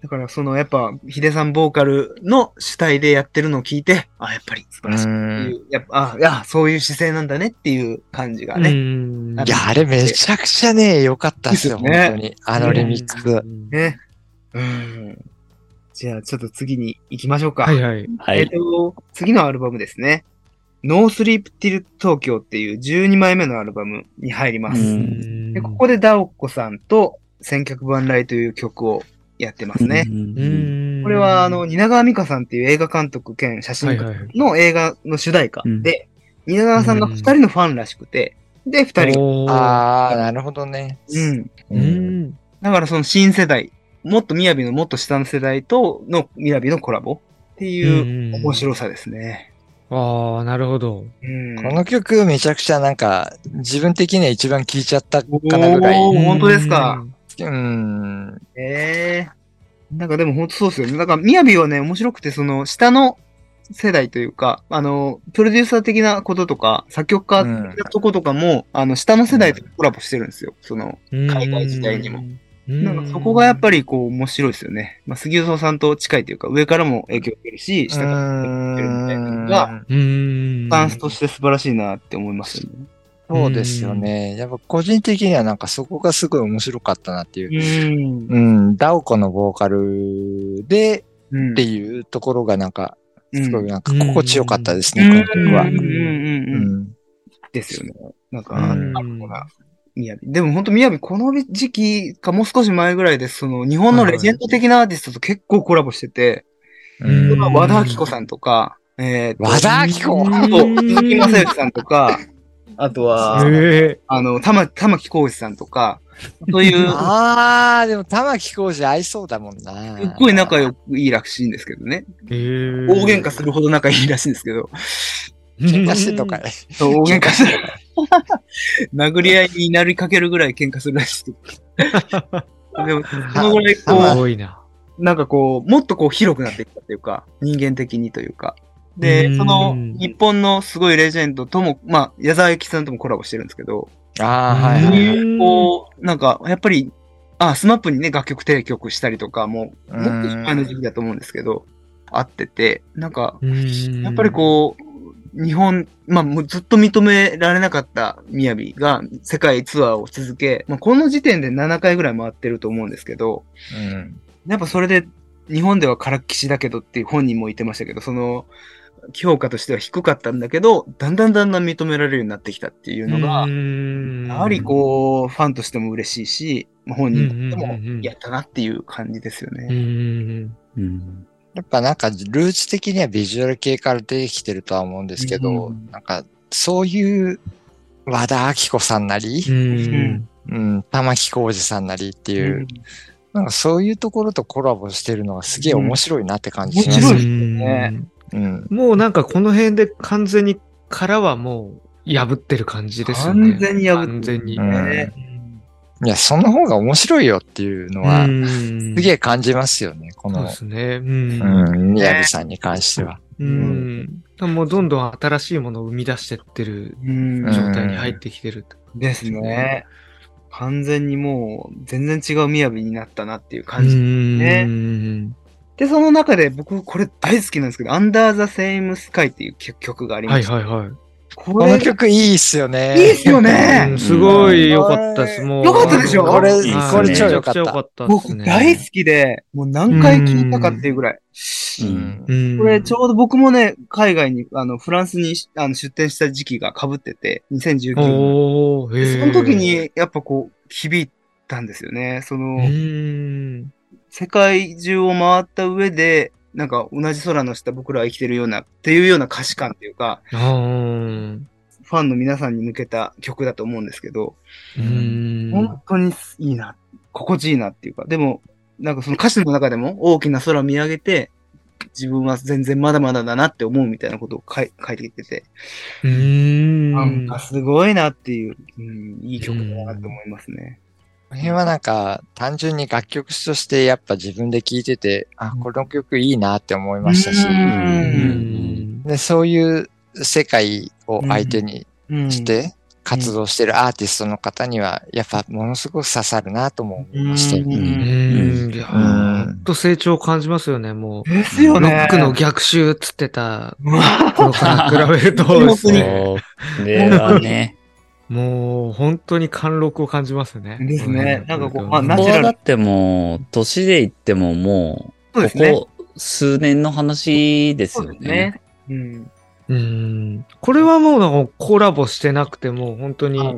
S4: だから、その、やっぱ、ヒデさんボーカルの主体でやってるのを聞いて、あ、やっぱり素晴らしい。
S2: うん
S4: やっぱ、あ、いや、そういう姿勢なんだねっていう感じが
S3: う
S4: ね。
S3: ん
S4: あ
S2: いや、あれめちゃくちゃね、良かったっすよ、
S4: いいっすよね
S2: 本当に。あのレミックス。
S4: ね。うん。じゃあ、ちょっと次に行きましょうか。
S3: はいはい。
S1: は
S4: えっ、
S1: い。
S4: と、次のアルバムですね。No Sleep Till Tokyo っていう12枚目のアルバムに入ります。
S1: うん
S4: でここでダオッコさんと千客万来という曲をやってますね。
S1: うん
S3: うん
S4: これは、あの、、蜷川美香さんっていう映画監督兼写真
S3: はい
S4: 家
S3: はいはい。
S4: の映画の主題歌で、蜷川さんが二人のファンらしくて、で、二人、
S3: 人あ
S2: あー、なるほどね。
S4: うん。
S3: ー。うん。
S4: だからその新世代、もっとみやびのもっと下の世代とのみやびのコラボっていう面
S3: い。
S4: 白さですね。
S3: ああ、なるほど。
S4: うん。
S2: この曲めちゃくちゃなんか、自分的には一番聴いちゃったかなぐら
S4: お
S2: い。
S4: ー本当ですか
S2: うん。
S4: ええなんかでも本当そうですよね。なんか、みやびはね、面白くて、その、下の世代というか、あの、プロデューサー的なこととか、作曲家的なとことかも、あの、下の世代とコラボしてるんですよ。その、
S3: うん。
S4: 海外時代にも
S3: うん。
S4: なんかそこがやっぱ
S3: り、
S4: りこう、面白いですよね。まあ、杉浦さんと近いというか、上からも影響を受けるし、下からも影響を受けるみたいなのが、
S3: うん。
S4: スタンスとして素晴らしいなって思いますよね。
S2: そうですよね。やっぱ個人的にはなんかそこがすごい面白かったなっていう。
S4: うん。
S2: うん、ダオコのボーカルで
S4: うん
S2: っていうところがなんか、すごいなんか
S3: うん
S2: 心地よかったです
S4: うん
S2: ね、この曲は。
S4: うんうん
S2: う
S4: うんうん。
S2: ん。
S4: ですよね。なんか、
S2: うん
S4: あるような。みやび。でも本当みやび、この時期かもう少し前ぐらいで、その日本のレジェンド的なアーティストと結構コラボしてて、
S3: うん
S4: まあ和田アキ子さんとか、えーと、
S2: 和田アキ子
S4: あと、鈴木正幸さんとか、あとは、
S3: え
S4: あの、玉、玉木浩二さんとか、そういう、
S2: (laughs)
S4: す
S2: ああ、でも玉木浩二合いそうだもんな。
S4: っごい仲良くいいらしいんですけどね。
S3: えー。
S4: 大喧嘩するほど仲いいらしいんですけど、
S2: 喧嘩してとかね。
S4: そう大喧嘩する。殴り合いになりかけるぐらい喧嘩するらしいですけど。でも、そのぐらいこう、
S3: すごいな。
S4: なんかこう、もっとこう広くなってきたというか、人間的にというか。
S3: う
S4: で、
S3: ん
S4: その、日本のすごいレジェンドとも、まあ、矢沢永吉さんともコラボしてるんですけど、
S2: ああ、はいはいはい。
S3: うん
S4: こう、なんか、やっぱり、あ、スマップにね、楽曲提供したりとかも、もっと前の時期だと思うんですけど、あってて、なんか、や
S3: や
S4: っぱりこう、日本、まあ、もうずっと認められなかったみやびが世界ツアーを続け、まあ、この時点で7回ぐらい回ってると思うんですけど、
S2: うん
S4: やっぱそれで、日本ではからっきしだけどっていう本人も言ってましたけど、その、評価としては低かったんだけど、だんだんだんだん認められるようになってきたっていうのが、やはりこう、ファンとしても嬉しいし、まあ本人として
S3: うんうんうんう
S4: も
S3: ん
S4: やったなっていう感じですよ
S3: う
S4: ね。
S3: ん。
S1: うん
S2: やっぱなんかルーツ的にはビジュアル系から出てきてるとは思うんですけど、
S4: うん
S2: なんかそういう和田アキ子さんなり、
S3: うん。
S2: うん、玉木浩二さんなりっていう、なんかそういうところとコラボしてるのがすげえ面白いなって感じします
S4: 面白
S2: ね。
S4: いね
S2: うん。
S3: もうなんかこの辺で完全に殻はもう破ってる感じですよね。
S4: 完全に破ってる
S3: 完全に。
S4: ね
S2: いや、その方が面白いよっていうのは、
S3: す
S2: すげえ感じますよね、こ
S3: そうで
S2: の、
S3: すね。
S2: う
S3: う。
S2: んん、宮城さんに関しては。
S3: うん。もうどんどん新しいものを生み出してってる
S4: うん
S3: 状態に入ってきてる。
S4: ですね。完全にもう、全然違う雅になったなっていう
S3: う
S4: 感じ。
S3: ん。
S4: で、その中で僕、これ大好きなんですけど、Under the Same Sky っていう曲がありま
S3: はい
S4: した。
S3: はいはい。
S4: こ
S2: この
S4: れ、
S2: 曲いいっすよ
S4: いいっ
S2: ね。
S4: すよね
S3: うんすごい良かったです。もう。
S4: 良かったでしょ
S3: これ、
S1: いいっすね
S3: これ超
S1: めち
S3: 良
S1: ゃ
S2: く
S3: か
S2: ちゃ良か
S3: ったで
S4: 僕
S3: すね。
S4: 大好きで、もう何回聞いたかっていうぐらい。
S1: う
S2: うんん
S3: うん
S4: これちょうど僕もね、海外に、あの、フランスにあの出店した時期が被ってて、2019年。
S3: おー、へ
S4: で
S3: ー
S4: その時、に、やっぱこう、響いたんですよね。そうの、
S3: ーん。
S4: 世界中を回った上で、なんか同じ空の下僕らは生きてるような、っていうような歌詞感っていうか、
S3: あー
S4: ファンの皆さんに向けた曲だと思うんですけど、
S3: うーん。
S4: 本当にいいな、心地いいなっていうか、でも、なんかその歌詞の中でも大きな空を見上げて、自分は全然まだまだだなって思うみたいなことを書い書いてきてて、
S3: うー
S4: なん
S3: ん。
S4: かすごいなっていう、うん、いい曲だなと思いますね。
S2: この辺はなんか、単純に楽曲としてやっぱ自分で聴いてて、あ、この曲いいなって思いましたし、
S3: うん
S2: で、そういう世界を相手にして活動してるアーティストの方には、やっぱものすごく刺さるなとも思いましたよね。
S1: うん
S3: うん。いや、ほんと成長を感じますよね、もう。
S4: ですよ
S3: ロ
S4: ね。
S3: ックの逆襲っつってた
S4: うわ
S3: 頃から比べると
S4: 本当に
S1: そう。これはね。
S3: もう本当に貫禄を感じますね。
S4: ですねなんかこうまあ
S1: こ
S4: ナ
S1: こ
S4: チュラ
S1: は
S4: ル
S1: だってもう、年で言ってもも
S4: そう
S1: う、
S4: ですね。
S1: ここ数年の話です
S4: そう
S1: よ
S4: です
S1: ね。
S4: ね。うん。
S3: うん。これはもうなんかコラボしてなくても、本当
S4: は
S3: に
S4: い、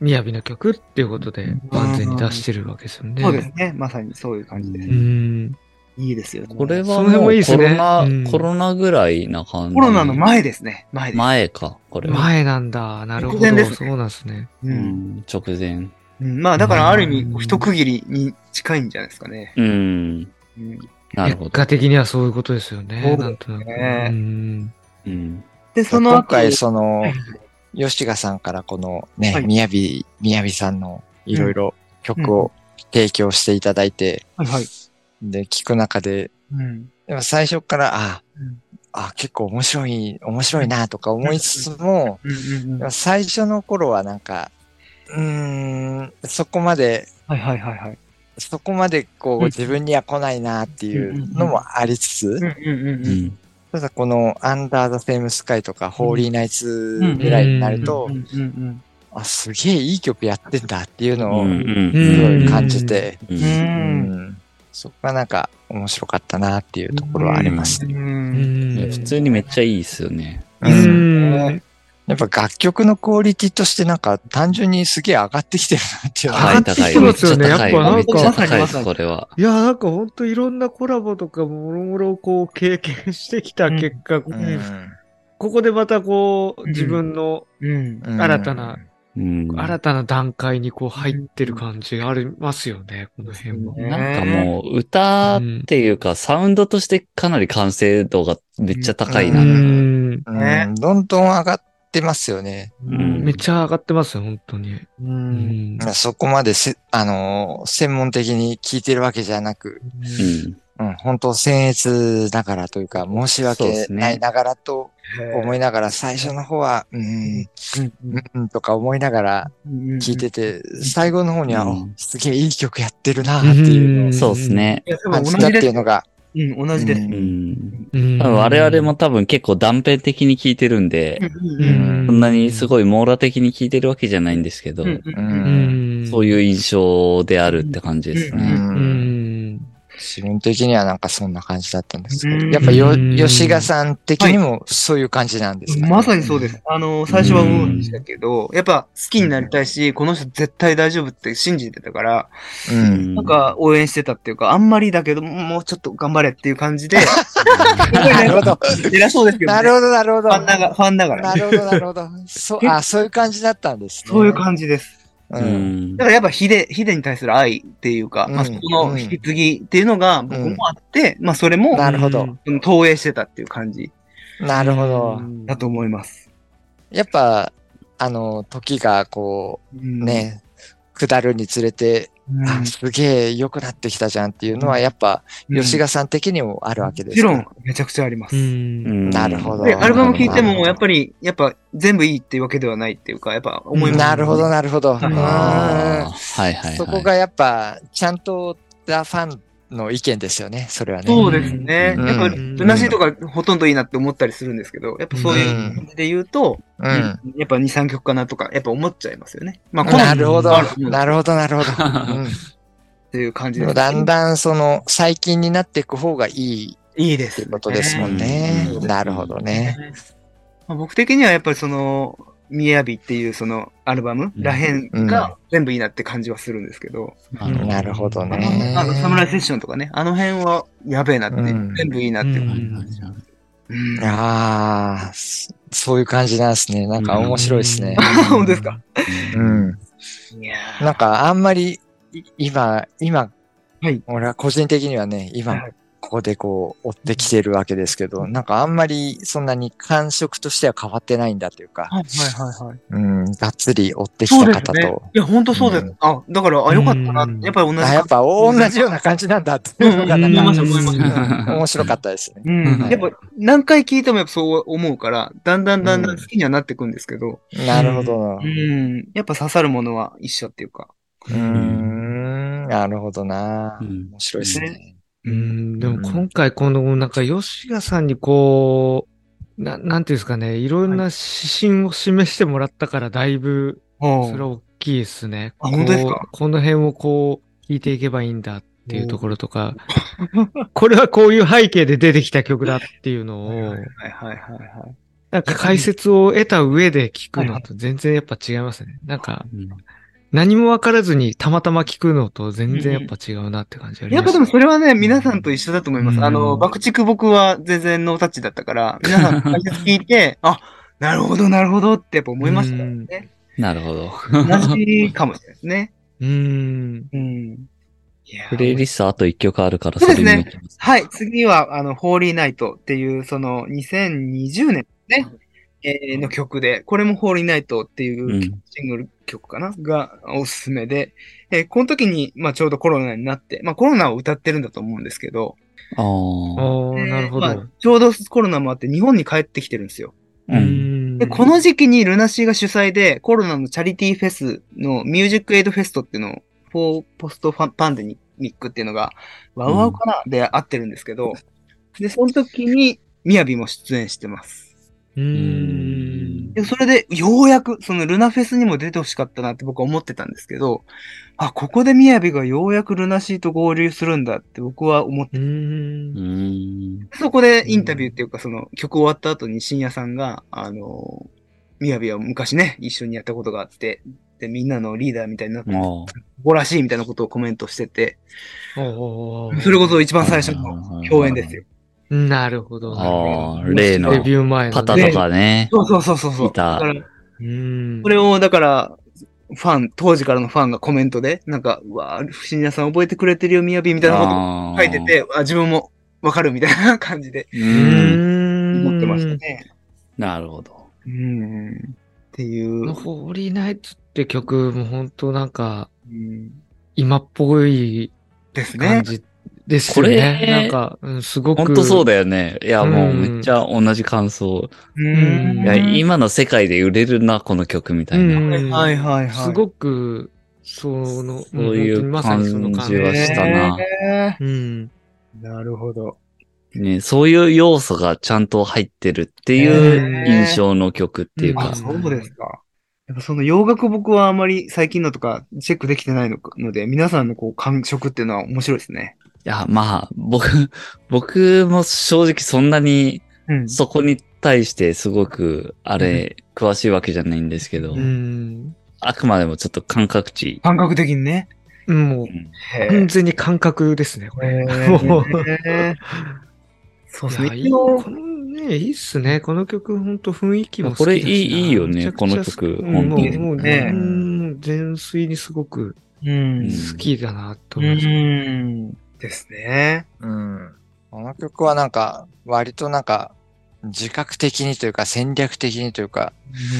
S3: みやびの曲っていうことで完全に出してるわけですよね。
S4: そうですね。まさにそういう感じです
S3: う。ん。
S4: いいですよね。
S1: これ
S3: そ
S1: は
S3: の辺
S1: も
S3: もいいで
S1: う
S3: す
S1: コロ
S3: ね
S1: ナ
S3: うん、
S1: コロナぐらいな感じ。
S4: コロナの前ですね。前です。
S1: 前か、これは。
S3: 前なんだ。なるほ
S4: 突然で
S3: ど。
S4: すね
S3: そうなんですね。
S4: う
S1: うんん、直前。
S4: うんまあ、だからある意
S3: うん
S4: 味、一区切りに近いんじゃないですかね。
S1: うん。
S4: うん
S1: なるほ
S3: 結
S1: ど
S3: 果。的にはそういうことですよね。
S4: そ
S3: な
S4: うん
S3: となく。
S4: ね
S3: うん。
S1: うん。
S4: で、その
S2: 今
S4: 後、
S2: 回その
S4: はい、
S2: 吉賀さんからこのね、
S4: はい
S2: みやび、みやびさんのいろいろ曲を提供していただいて、
S4: はいはい。
S2: で、聞く中で、
S4: うん。
S2: でも最初から、あ
S4: うん、
S2: あ、結構面白い、面白いなとか思いつつも、
S4: うんうんうん。
S2: で
S4: は
S2: も最初の頃はなんか、うーん、そこまで、
S4: いはいはいはい。
S2: そこまでこ
S4: うん
S2: う自分には来ないなっていうのもありつつ
S4: うん、うんうん
S1: う
S4: うん。
S1: ん。
S2: ただこのアンダーザフェイムスカイとかホーリーナイツぐらいになると
S4: う、んうん
S2: あ、すげえいい曲やってんだっていう
S1: うん。
S2: の
S1: う
S2: を
S1: ん
S2: す
S1: う
S2: ご
S1: ん
S2: い感じて、
S1: う。
S4: うん。うんん。
S2: うんそこがなんか面白かったなっていうところはあります。
S4: う。
S3: うん
S1: いや
S3: ん
S1: 普通にめっちゃいいっすよね。
S2: う
S3: う
S2: ん
S3: ん。
S2: やっぱ楽曲のクオリティとしてなんか単純にすげえ上がってきてるなっていうの
S1: 高
S2: は。
S1: い高い。
S3: 上がってきてますよね
S1: めっちゃ高い
S3: やっぱなんか
S1: めっちゃ高い
S4: ま
S1: で
S4: さ
S1: す、
S4: に
S1: これは。
S3: いや、なんかほんといろんなコラボとかもろもろこう経験してきた結果、ここでまたこう自分の
S4: うん。
S2: うん
S3: 新たな。
S1: うん。
S3: 新たな段階にこう入ってる感じがありますよね、この辺も。
S1: なんかもう、歌っていうか、サウンドとしてかなり完成度がめっちゃ高いな
S3: う。
S4: ん
S3: ん。
S2: うん
S4: ね
S2: どんどん上がってますよね。
S1: うん
S3: めっちゃ上がってますよ、本当に。
S4: う。
S3: うんん。
S2: そこまでせ、あのー専門的に聞いてるわけじゃなく、
S1: うん。
S2: うん、本当僭越ながらというか、申
S1: そ
S2: し
S1: うで
S2: 訳
S1: すね
S2: ないながらと思
S4: い、
S2: いながら、最初の方は、うん、うん、とか思いながら聞いてて、最後の方には、
S1: うん
S2: おすげえいい曲やってるなっていうの
S3: ん
S1: そうですね。
S4: いや、で
S2: を
S4: も
S2: 感
S4: 同
S2: じたっ
S4: じ
S2: て
S4: で
S2: いうのが、
S4: す。うん、同じです。
S1: うん。
S3: うん
S1: 多分我々も多分結構断片的に聞いてるんで、
S4: うん
S2: ん
S1: そんなにす
S3: い。
S1: ごい網羅的に聞いてるわけじゃないんですけど、
S4: うん
S2: う、
S3: うんん。
S1: そういう印象であるって感じです
S2: う、
S1: ね。
S3: うんん。
S2: 自分的にはなんかそんな感じだったんですけ
S4: う
S2: ど、
S4: ん
S2: やっぱよ、
S3: うん
S2: 吉賀さん的にもそういう感じなんですかね。
S4: まさにそうです。あの、最初は思うんでしたけど、やっぱ好きになりたいし、この人絶対大丈夫って信じてたから、
S2: う。
S1: うん
S4: なん、か応援してたっていうか、あんまりだけど、もうちょっと頑張れっていう感じで、
S2: なるほ
S4: (laughs)
S2: ど。
S4: 偉そうですけど、
S2: な
S4: ね、
S2: るほど、なるほど。
S4: ファンだが、ファンだから、
S2: なるほど、なるほど。そう、あ、そういう感じだったんですね。
S4: そういう感じです。
S2: う。
S1: うんん
S4: だからやっぱヒデ、ヒデに対する愛っていうか、まあ、そこの引き継ぎっていうのが僕もあって、まあ、それも
S2: なるほど。
S4: 投影してたっていう感じ
S2: なるほど。
S4: だと思います。
S2: やっぱ、あの、時がこう、ね、下るにつれて、
S4: うん、
S2: あすげえ良くなってきたじゃんっていうのは、やっぱ、吉
S4: が
S2: 賀さん的にもあるわけ
S4: も
S2: です
S4: ち
S2: よね。
S4: ろん、めちゃくちゃあります。
S3: うん。
S2: なるほど
S4: で、アルバム聴いて
S2: なるほ
S4: も、
S2: ど
S4: やっぱり、やっぱ全部いいっていうわけではないっていうか、やっぱ思います。
S2: なるほど、なるほど。
S4: ん
S1: あー
S2: う
S1: はいはいは
S2: ん
S1: い。
S2: そこがやっぱ、ちゃんと、ザ・ファンの意見ですよね、それはね。
S4: そうですね。
S2: うん
S4: やっぱ、
S3: うん
S4: うなしいとかほとんどいいなって思ったりするんですけど、やっぱそういう感じで言うと、
S2: う
S4: うん
S2: ん。
S4: やっぱ2、3曲かなとか、やっぱ思っちゃいますよね。まあ、この
S2: なるほど
S4: あると思う、
S2: なるほど、な
S4: (laughs)
S2: るほど。うん
S4: っていう感じ
S2: でも
S4: です。
S2: だんだんその最近になっていく方がいい
S4: いいで
S2: って
S4: す
S2: いう。ことですもんね。
S1: うん
S2: なるほどね。
S4: まあ僕的にはやっぱりその、みやびっていうそのアルバム
S1: うん
S4: らへんが全部いいなって感じはするんですけど、
S1: なるほど
S2: なるほど
S4: あのあの、サムライセッ
S2: ね。
S4: ションとかね、あの辺はやべえなって、
S2: うん
S4: 全部いいなっていう
S1: は
S4: 感
S1: い
S4: じ。
S1: はいはい
S4: うん
S2: ああ、そそういう感じなんですね。なんか面白いですね。
S4: 本当ですか
S2: うん。
S4: いやー
S2: なんかあんまりい今、今
S4: はい、
S2: 俺は個人的にはね、今
S4: はい、
S2: ここでこう、追ってきてるわけですけど、なんかあんまりそんなに感触としては変わってないんだというか、
S4: はいはいはい。
S2: うん、がっつり追ってきた方と、
S4: ね。いや、本当そうです。
S2: うん
S4: あ、だから、あ、よかったな。
S3: うん
S4: やっぱり同じ。
S2: あやっぱ同じような感じなんだっていうのが、
S4: うん
S2: なんか
S4: 思いました、思いました。
S2: うん面白かったですね。
S4: うん。
S1: はい
S4: やっぱ、何回聞いてもやっぱそう思うから、だんだんだんだん好きにはなってくんですけど、
S2: なるほど
S4: う。ん。やっぱ刺さるものは一緒っていうか。
S2: うーん、なるほどな。
S1: うん
S2: 面白いですね。
S3: うん、でも今回この、なんか、吉賀さんにこう、ななんていうんですかね、いろんな指針を示してもらったから、だいぶ、
S4: は
S3: それは大きいですね。
S4: あ本当ですか
S3: こうこの辺をこう、聞いていけばいいんだっていうところ
S4: (laughs)
S3: とか、これはこういう背景で出てきた曲だっていうのを、
S4: いはいはいはい。
S3: なんか解説を得た上で聞くのと全然やっぱ違いますね。なんか、何もわからずにたまたま聞くのと全然やっぱ違うなって感じあり
S4: やっ
S3: ま
S4: ぱ
S3: す
S4: でもそれはね、皆さんと一緒だと思いま
S3: う
S4: す。
S3: ん
S4: あの、爆竹僕は全然ノータッチだった
S3: (laughs)
S4: から、皆さん解説聞いて、あ、なるほど、なるほどってやっぱ思いましたからね。
S1: なるほど。
S4: 同じかもしれないですね。
S3: うん。
S4: うん。いやー
S1: プレイリストあと1曲あるから、
S4: そうですね
S1: に行きます。
S4: はい、次は、あの、ホーリーナイトっていう、その、2020年ね、えーの曲で、これもホーリーナイトっていううんシングル曲かな、がおすすめで、えーこの時に、まあ、ちょうどコロナになって、まあ、コロナを歌ってるんだと思うんですけど、
S1: ああ。
S3: おー、なるほど。
S4: えーまあちょうどコロナもあって、日本に帰ってきてるんですよ。
S1: う。
S3: うんん
S4: で、この時期にルナシーが主催で、コロナのチャリティーフェスのミュージックエイドフェストっていうのを、フォーポストファンパンデミックっていうのが、ワウワウかな、で合ってるんですけど、で、その時に、みやびも出演してます。
S3: うん。
S4: で、それで、ようやく、そのルナフェスにも出てほしかったなって僕は思ってたんですけど、あ、ここでみやびがようやくルナシーと合流するんだって僕は思って、
S3: うん
S1: う。ん。
S4: そこでインタビューっていうか、その曲終わった後に深夜さんが、あの、みやびは昔ね、一緒にやったことがあって、で、みんなのリーダーみたいになって、
S1: あ
S4: ここらしいみたいなことをコメントしてて、
S3: おーおーお
S4: それこそ一番最初の共演ですよ。
S3: ーなるほど。
S1: ああ、例の
S3: デビュー前のね。
S1: パタとかね。
S4: そうそうそうそうそう。
S1: いた
S4: だから
S3: うん。
S4: それを、だから、ファン、当時からのファンがコメントで、なんか、うわぁ、深夜さん覚えてくれてるよ、みやびみたいなこ
S1: あ
S4: と
S1: ー
S4: を書いて。て、あ自分もわかるみたいな感じで
S1: う。
S3: うんん。
S4: 思ってましたね。
S1: なるほど。
S4: うん。ってい
S3: この
S4: う。
S3: ホーリーナイツって曲も本当なんか
S4: うん
S3: 今っぽい
S4: ですね
S3: 感。じですよね。
S1: これ
S3: なんか、うん、すごく。
S1: ほんとそうだよね。いや、もううんめっちゃ同じ感想。
S4: う
S3: うん
S1: いや、
S4: い
S1: 今の世界で売れるな、この曲みたいな。
S3: うん
S4: はいはいはい。
S3: すごく、その、
S1: そういう
S3: も本当にまさにその
S1: 感じはしたな
S4: ね
S3: うん。
S4: えなるほど。
S1: ね、そういう要素がちゃんと入ってるっていう印象の曲っていう
S4: あ、
S1: か。
S4: そうですか。やっぱその洋楽僕はあまり最近のとかチェックできてないのかので、皆さんのこう感触っていうのは面白いですね。
S1: いや、まあ、僕、 (laughs) 僕も正直そんなに、
S4: うん
S1: そこに対してすごく、あれ、詳しいわけじゃないんですけど
S3: う、ん。
S1: あくまでもちょっと感覚値。
S4: 感覚的にね。
S3: うんもう、
S4: へ
S3: 完全に感覚ですね、これ。もう
S4: え。そうです
S3: いや
S4: ね。
S3: いいこのね、いいっすね。この曲、ほんと雰囲気も好きだしな
S1: これいいいいよね
S3: めちゃくちゃ好き
S1: この曲
S3: うん
S1: 本当に
S3: もう、もう
S4: ね
S3: うん純粋にすごく
S4: うん
S3: 好きだなと
S4: う
S3: 思います。
S4: ん。ですね。
S2: うん。この曲はなんか、割となんか、自覚的にというか戦略的にというか、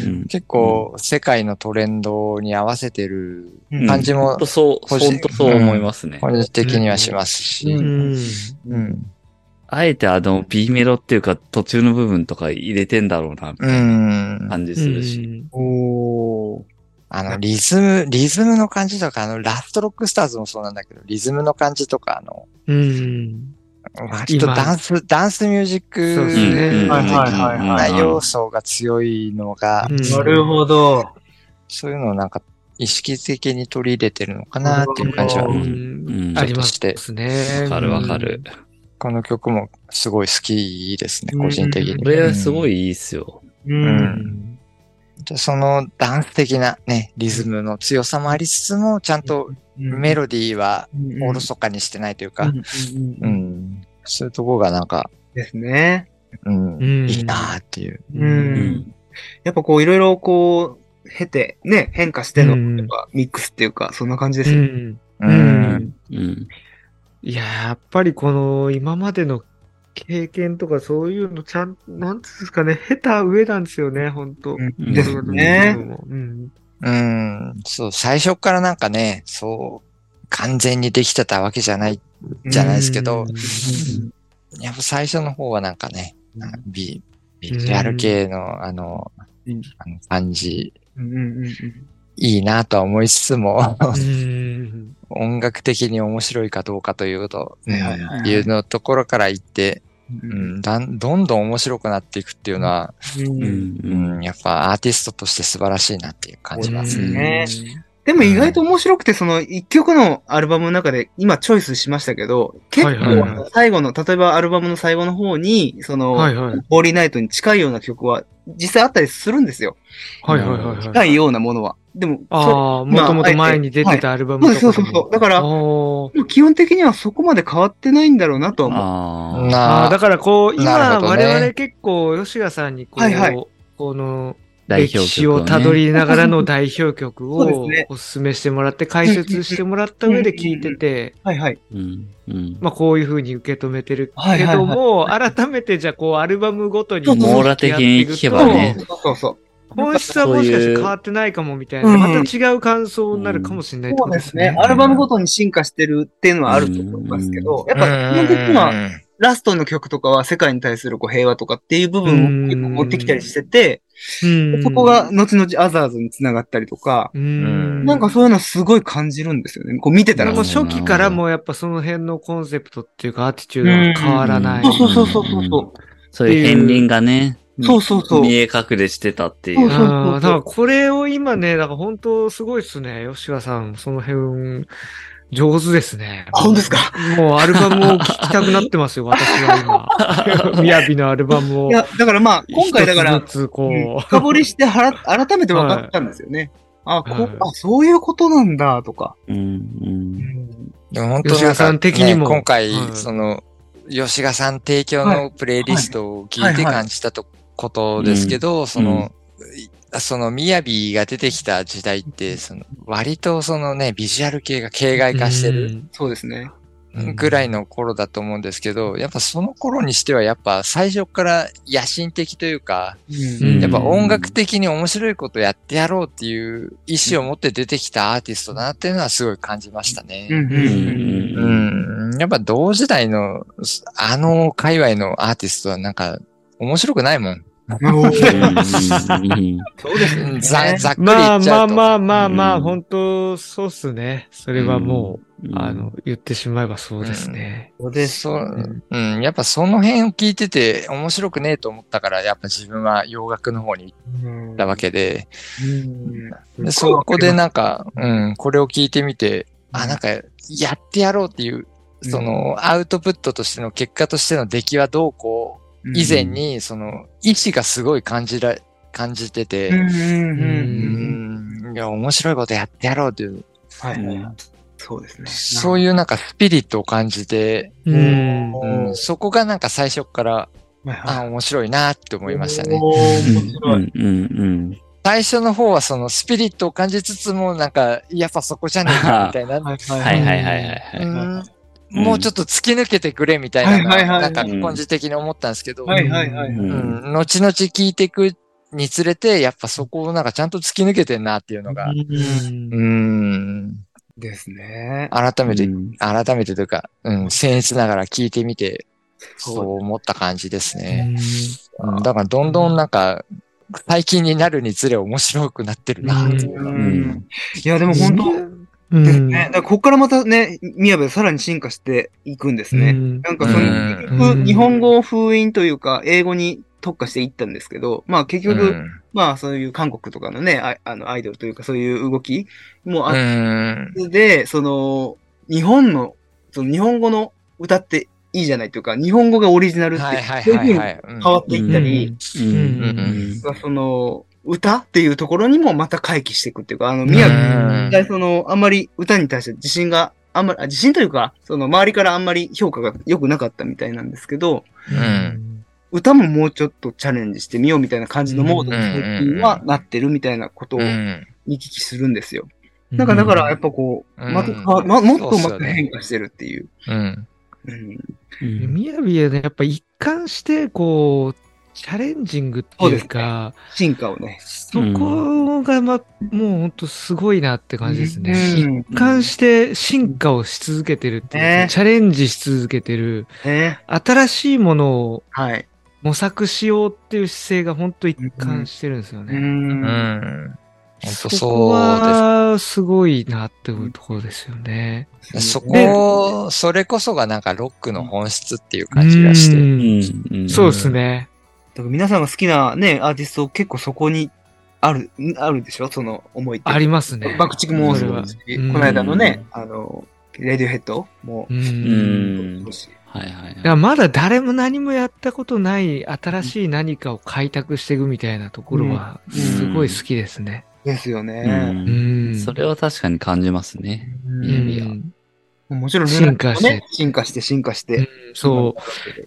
S1: うん
S2: 結構世界のトレンドに合わせてる
S4: うん
S2: 感じ
S1: ほん
S2: も
S1: と、そう、
S2: 欲しい
S1: ほんとそう思いますね。
S2: 個人的にはしますし、
S4: う
S2: うんん。
S3: うん
S2: うん。
S1: あえてあの、B メロっていうか、途中の部分とか入れてんだろうな、みたいな感じするし。
S4: おー。
S2: あの、リズム、リズムの感じとか、あの、ラストロックスターズもそうなんだけど、リズムの感じとか、あの、
S3: うん。
S2: 割と
S3: 今
S2: ダンス、ダンスミュージッ
S3: そうですね
S2: ク
S1: うん
S4: はいはいはいは
S2: な要素が強いのが、
S3: うん
S4: なるほど。
S2: そういうのをなんか意識的に取り入れてるのかなっていう感じは、
S4: う
S3: うん
S1: うん
S3: ん。ありますね。
S1: わかるわかる。
S2: この曲もすごい好きですね、
S4: うん
S2: 個人的に。
S1: これすごいいいっすよ。
S4: う。
S3: うんん。
S2: でそのダンス的なね、リズムの強さもありつつも、ちゃんとメロディーは
S4: うん
S2: おろそかにしてないという
S4: うん
S2: か、
S4: うん
S2: う
S4: うん
S2: ん。そういうとこがなんか、
S4: ですね。
S2: うん、
S3: うん
S2: いいなーっていう。
S4: う。
S1: うんん。
S4: やっぱこういろいろこう、経て、ね、変化しての、
S3: うん
S4: やっぱミックスっていうか、そんな感じで
S3: う
S4: すよね。
S3: ん。
S2: う
S3: うん。
S1: うん。
S3: いや、やっぱりこの今までの経験とかそういうのちゃん、なんていうんですかね、下手上なんですよね、本当
S1: うん
S4: ですね。
S3: うん。
S2: うん、そう、最初からなんかね、そう、完全にできてたわけじゃない、じゃないですけど
S3: うん、
S2: やっぱ最初の方はなんかね、ビビアル系のあの、
S4: うん
S2: あの感じ、
S4: うんうんうん
S2: いいなとは思いつつも、 (laughs)
S3: うん。
S2: 音楽的に面白いかどうかというと、
S4: うんはいはいはい
S2: いうのところから行って、
S4: う
S2: うん
S4: うん
S2: ん、だんどんどん面白くなっていくっていうのは、
S1: うんうん
S2: うん、やっぱアーティストとして素晴らしいなっていう感じますね。
S4: ねでも意外と面白くて、その一曲のアルバムの中で今チョイスしましたけど、結
S3: はい
S2: はい
S4: 構最後の、例えばアルバムの最後の方に、その、
S3: はいはい。
S4: ホーリーナイトに近いような曲は実際あったりするんですよ。
S3: はいはいはいは
S4: 近
S3: い。
S4: いようなものは。でも、そ
S3: ああ、もともと前に出てたアルバムとかでも。
S4: そうそうそうそうだから
S3: あー
S4: う基本的にはそこまで変わってないんだろうなとは思
S1: あ
S4: う。
S1: あ。
S2: な
S3: あ
S2: あ
S3: ーだからこう、
S2: なる
S3: 今、
S2: ほどね
S3: 我々結構、吉賀さんにこう、
S4: はいは
S3: この
S1: 代表
S3: 歴
S1: 曲
S3: 史を
S1: ね
S3: たどりながらの代表曲
S4: そうです
S3: を
S4: ね
S3: お勧めしてもらって、解説してもらった上で聞いてて、
S4: はいはい。
S1: うん。うん。
S3: まあこういうふうに受け止めてる
S4: はい
S3: け
S4: はい
S3: ど
S4: はい
S3: も、改めてじゃあこうアルバムごとに
S4: そうそうそう
S3: 向き合っていく
S1: 網羅的
S3: と
S1: に聞けばね
S4: そうそうそう。
S3: 本質はもしかして変わってないかもみたいな、
S4: うん
S3: また違う感想になるかもしれないって
S4: そ
S3: こ
S4: う
S3: とで
S4: です
S3: すね
S4: ね。。アルバムごとに進化してるっていうのはあると思いますけど、やっぱ基本的に
S2: う
S4: は
S2: ん
S4: ラストの曲とかは世界に対するこう平和とかっていう部分を結構持ってきたりしてて、
S3: うん
S4: そこが、後々アザーズにつながったりとか、
S3: うん
S4: なんかそういうのすごい感じるんですよね。こう見てた
S3: で
S4: ら。
S3: も
S4: そう
S3: 初期からもうやっぱその辺のコンセプトっていうかアティチュードは変わらない。
S1: うん
S4: そうそうそうそう。
S1: そういう片鱗がね、
S4: そうそうそう。
S1: 見え隠れしてたってい
S4: そう
S1: う。
S4: そうそう
S3: あーだからこれを今ね、だから本当すごいっすね。吉川さん、その辺、上手ですね。
S4: あ、本当ですか
S3: もうアルバムを聴きたくなってま
S4: (laughs)
S3: すよ、私は今。みやびのアルバムを
S4: い。や、だからまあ、今回だから
S3: 一、つずつこ
S4: うん
S3: う。
S4: 深掘りしてはら改めて分かったんですよね。あこ、
S3: はい
S4: あ、そういうことなんだ、とか。
S1: うん。うん。
S2: でも本当
S3: 吉
S2: になん
S3: 田
S2: か
S3: さん的にも
S2: ね今回、
S3: はい
S2: その、吉賀さん提供
S4: は
S2: のプレイリストを聞いて感じたと、ことですけど、その、いその、みやびが出てきた時代って、その、割とそのね、ビジュアル系が形骸化してる
S4: そうですね。
S3: うん
S2: ぐらいの頃だと思うんですけど、やっぱその頃にしては、やっぱ最初から野心的というか、
S3: うん
S2: やっぱ音楽的に面白いことやってやろうっていう意思を持って出てきたアーティストだなっていうのはすごい感じましたね。
S4: うんうん
S1: うん。
S4: うん
S1: う。
S2: うんん。やっぱ同時代の、すあの界隈のアーティストはなんか、面白くないもん。
S4: おーそうです
S2: うん
S4: ね。
S2: ざざっくり
S3: ま
S2: 言
S3: あ
S2: っちゃ
S3: まあ
S2: うと。
S3: まあまあま
S1: う
S3: あ、
S1: ん
S3: 本当そうっすね。それはもう、あの、言ってしまえばそうですね。
S4: そうです。
S2: そう、うん。やっぱその辺を聞いてて面白くねえと思ったから、やっぱ自分は洋楽の方に行ったわけで、
S4: うん
S2: でそこで
S4: な、
S2: なんか、うん、これを聞いてみて、あ、なんか、やってやろうっていう、その、アウトプットとしての結果としての出来はどうこう、以前に、その、意志がすごい感じら、感じてて、
S4: うんうんう
S2: う
S4: んうん。
S2: んいや、面白いことやってやろうという、
S4: はいはいはい。そうですね。
S2: そういうなんかスピリットを感じて、
S3: うん。
S2: うん
S4: うん
S2: そこがなんか最初から、
S4: はいはい
S2: あ面白いなって思いましたね。
S4: おー面白い。
S1: うん。
S2: 最初の方はそのスピリットを感じつつも、なんか、やっぱそこじゃねえかみたいな。
S4: はい
S1: は
S4: はいい。
S1: はいはいはい。
S2: う
S1: はい
S2: んもうちょっと突き抜けてくれみたい
S4: はいはい
S2: な、
S4: は
S2: ないんか根治的に思ったんですけど、
S4: はいはいは
S1: う。
S4: い。
S2: うんん後々聞いていくにつれて、やっぱそこをなんかちゃんと突き抜けてんなっていうのが、
S3: うん
S2: うん、
S4: ですね。
S2: 改めて
S1: うん
S2: 改めてというか、うん、僭越ながら聞いてみて、
S4: そう
S2: そう思った感じですね。うんだからどんどんなんか、最近になるにつれ面白くなってるな、
S3: うん
S2: っていう
S4: う
S2: か
S4: んいや、でも本当、
S3: うん
S4: ですね。だからここからまたね、宮部さらに進化していくんです
S3: う
S4: ね。
S3: ん
S4: なんかその、
S2: うん
S4: 結局
S3: うん
S4: 日本語を封印というか、英語に特化していったんですけど、まあ結
S2: う
S4: 局、
S2: ん
S4: まあそういう韓国とかのね、ああのアイドルというかそういう動き
S2: う
S4: もあっ
S2: ん。
S4: てで、その、日本の、その日本語の歌っていいじゃないというか、日本語がオリジナルって、
S2: はいはい
S4: そういう
S2: はい
S4: ふうに
S2: はい。
S4: 変
S2: うん
S4: わっていったり、
S1: うん。
S4: その、歌っていうところにもまた回帰していくっていうか、あの、宮部
S2: うん
S4: 実際その、あんまり歌に対して自信が、あんまり、あ自信というか、その周りからあんまり評価が良くなかったみたいなんですけど、
S2: うん
S4: 歌ももうちょっとチャレンジしてみようみたいな感じのモードに
S2: うん
S4: 最近はなってるみたいなことを
S2: う
S4: 見
S2: ん
S4: 聞きするんですよ。なんかだから、やっぱこう、また変わ
S2: うん
S4: ま、もっとうま
S2: そうっすよ
S4: く
S2: ね
S4: 変化してるっていう。
S2: うん。
S4: うん
S1: うん
S3: みやびはね、やっぱ一貫して、こう、チャレンジングっていうか、
S4: 進化をね。
S3: そ,、こが、ま、もう本当すごいなって感じですね。
S4: うん
S3: 一貫して進化をし続けてるっていうか、
S4: ね
S3: チャレンジし続けてる、
S4: ね。
S3: 新しいものを
S4: はい。
S3: 模索しようっていう姿勢が本当一貫してるんですよ
S4: う。
S3: ね。
S2: うんん。本当
S3: そこ
S2: そうです
S3: はすごいなっていうところですよね。
S2: そこ、それこそがなんかロックの本質っていう感じがし
S3: う
S2: て。
S1: うんん
S3: そうですね。
S4: だから皆さんが好きなね、アーティスト結構そこにある、んあるでしょその思いって。
S3: ありますね。
S4: 爆竹もそうだし、
S3: れ
S4: こ
S3: はうん
S4: の間のね、あの、レディオヘッドも
S3: う、。
S1: うんん。
S4: そうし
S1: はいはい
S3: だか
S1: は
S3: ら
S1: い。
S3: まだ誰も何もやったことない新しい何かを開拓していくみたいなところは
S4: ん
S3: すごい好きですね。
S4: ですよ
S1: う
S4: ね。
S3: うんん。
S1: それは確かに感じますね。
S4: うん
S3: うん
S1: いやいや
S4: もちろんね、
S3: 進化して
S4: 進化して、進化し
S3: う
S4: て
S3: ん。そ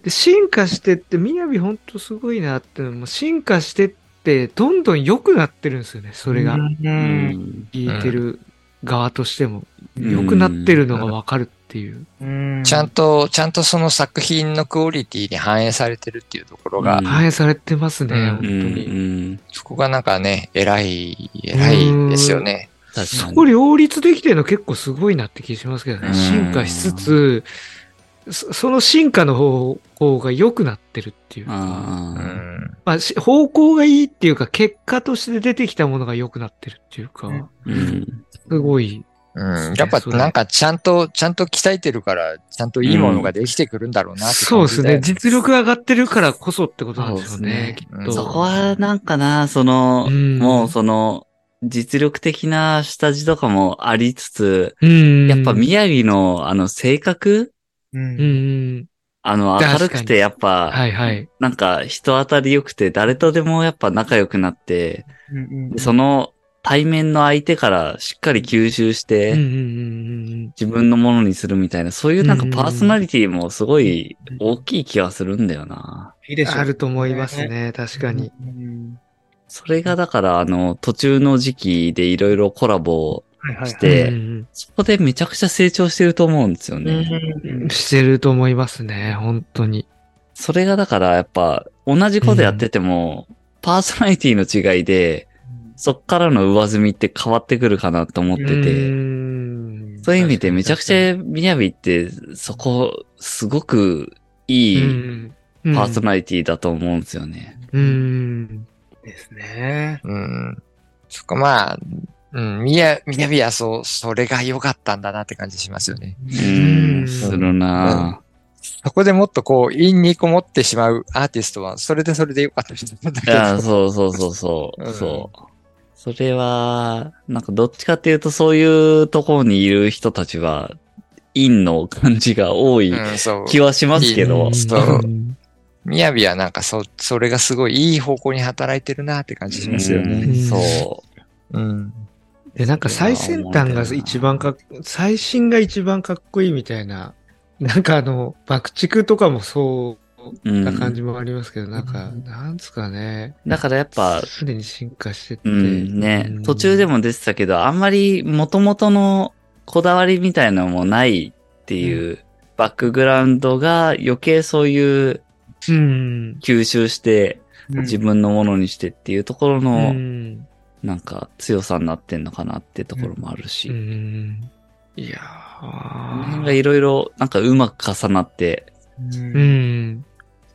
S3: う。で進化してって、みやびほんとすごいなってのも、進化してって、どんどん良くなってるんですよね、それが
S4: う。ん。
S3: 聞いてる側としても。
S1: うん
S3: 良くなってるのがわかるっていう。
S4: うん
S2: ちゃんと、ちゃんとその作品のクオリティに反映されてるっていうところが
S1: うん、
S3: 反映されてますね、
S2: うん
S3: 本当
S1: う
S3: に。
S1: んうん
S2: そこがなんかね、偉い、偉いですよね。
S1: 確か
S3: そ
S1: に
S3: こ両立できてるの結構すごいなって気しますけど
S1: うん
S3: ね。進化しつつ、そその進化の方向が良くなってるっていうか、
S2: う
S1: あ
S2: ん。
S3: まあ、し方向がいいっていうか、結果として出てきたものが良くなってるっていうか、
S4: うん
S1: ーうん
S3: すごい。
S2: うん。やっぱなんかちゃんと、ちゃんと鍛えてるから、ちゃんといいものができてくるんだろうなって
S3: そ
S2: 感
S3: うです
S2: じだよ
S3: ね。実力が上がってるからこそってことなんでしょうね、
S1: そ
S3: き
S2: うですね
S3: っと。
S1: そこはなんかな、その
S3: う、ん
S1: もうその、実力的な下地とかもありつつ、
S3: うん。
S1: やっぱ宮城のあの性格
S4: う。
S3: うんん。
S1: あの明るく
S3: 確か
S1: て
S3: に
S1: やっぱ、
S3: はいはい。
S1: なんか人当たり良くて誰とでもやっぱ仲良くなって、
S4: うん
S1: でその対面の相手からしっかり吸収し
S3: う
S1: て、
S3: んうんうんうん
S1: 自分のものにするみたいな、そういうなんか
S3: うん
S1: パーソナリティもすごい大きい気がするんだよな。
S4: いいで
S3: うん。
S4: しょ。
S3: あると思いますね、確かに。
S4: うん。
S1: それがだからあの途中の時期でいろいろコラボ、
S4: はいはいはい。
S1: で
S3: うんうん
S1: そこでめちゃくちゃ成長してると思うんですよ
S4: う
S1: ね。
S4: ん
S3: してると思いますね、本当に。
S1: それがだからやっぱ同じことやってても、パーソナリティの違いで、そっからの上積みって変わってくるかなと思ってて、そういう意味でめちゃくちゃみやびってそこすごくい
S3: い
S1: いパーソ
S3: リ
S1: ナリティだと思うんですよね。
S3: ティ。うん。
S4: ですね。
S2: うん。そこまあ、うん、みや、みやびはそう、それが良かったんだなって感じしますよね。
S1: うん
S3: う、ん
S1: するな
S2: そこでもっとこう、陰にこもってしまうアーティストは、それでそれで良かった人なんだ
S1: ぁ。いや、
S2: けど。
S1: そうそうそうそう、
S2: うん
S1: そう。それは、なんかどっちかっていうとそういうところにいる人たちは、陰の感じが多い
S2: うん、そう。
S1: 気はしますけ
S2: う
S1: ど
S2: ん、
S3: そう。
S2: みやびはなんかそ、それがすごいいい方向に働いてるなって感じしますよ
S1: うん
S2: ね。
S1: そ。
S2: うん。
S3: で、なんか最先端が一番かっ、最新が一番かっこいいみたいな、なんかあの、爆竹とかもそう
S1: うん
S3: な感じもありますけど、なんか、なんつうかね、
S1: だからやっぱ、
S3: 常に進化してって。
S1: うん、ね、
S3: うん
S1: 途中でも出てたけど、あんまり元々のこだわりみたいなのもないっていう、バックグラウンドが余計そういう
S3: うん。
S1: 吸収して
S4: うん
S1: 自分のものにしてっていうところ
S3: う
S1: の、
S3: ん。
S1: なんか強さになってんのかなってところもあるし、
S3: うん。いや
S1: この
S3: ー
S1: 辺がいろいろなんかうまく重なって、
S4: うん
S3: うん。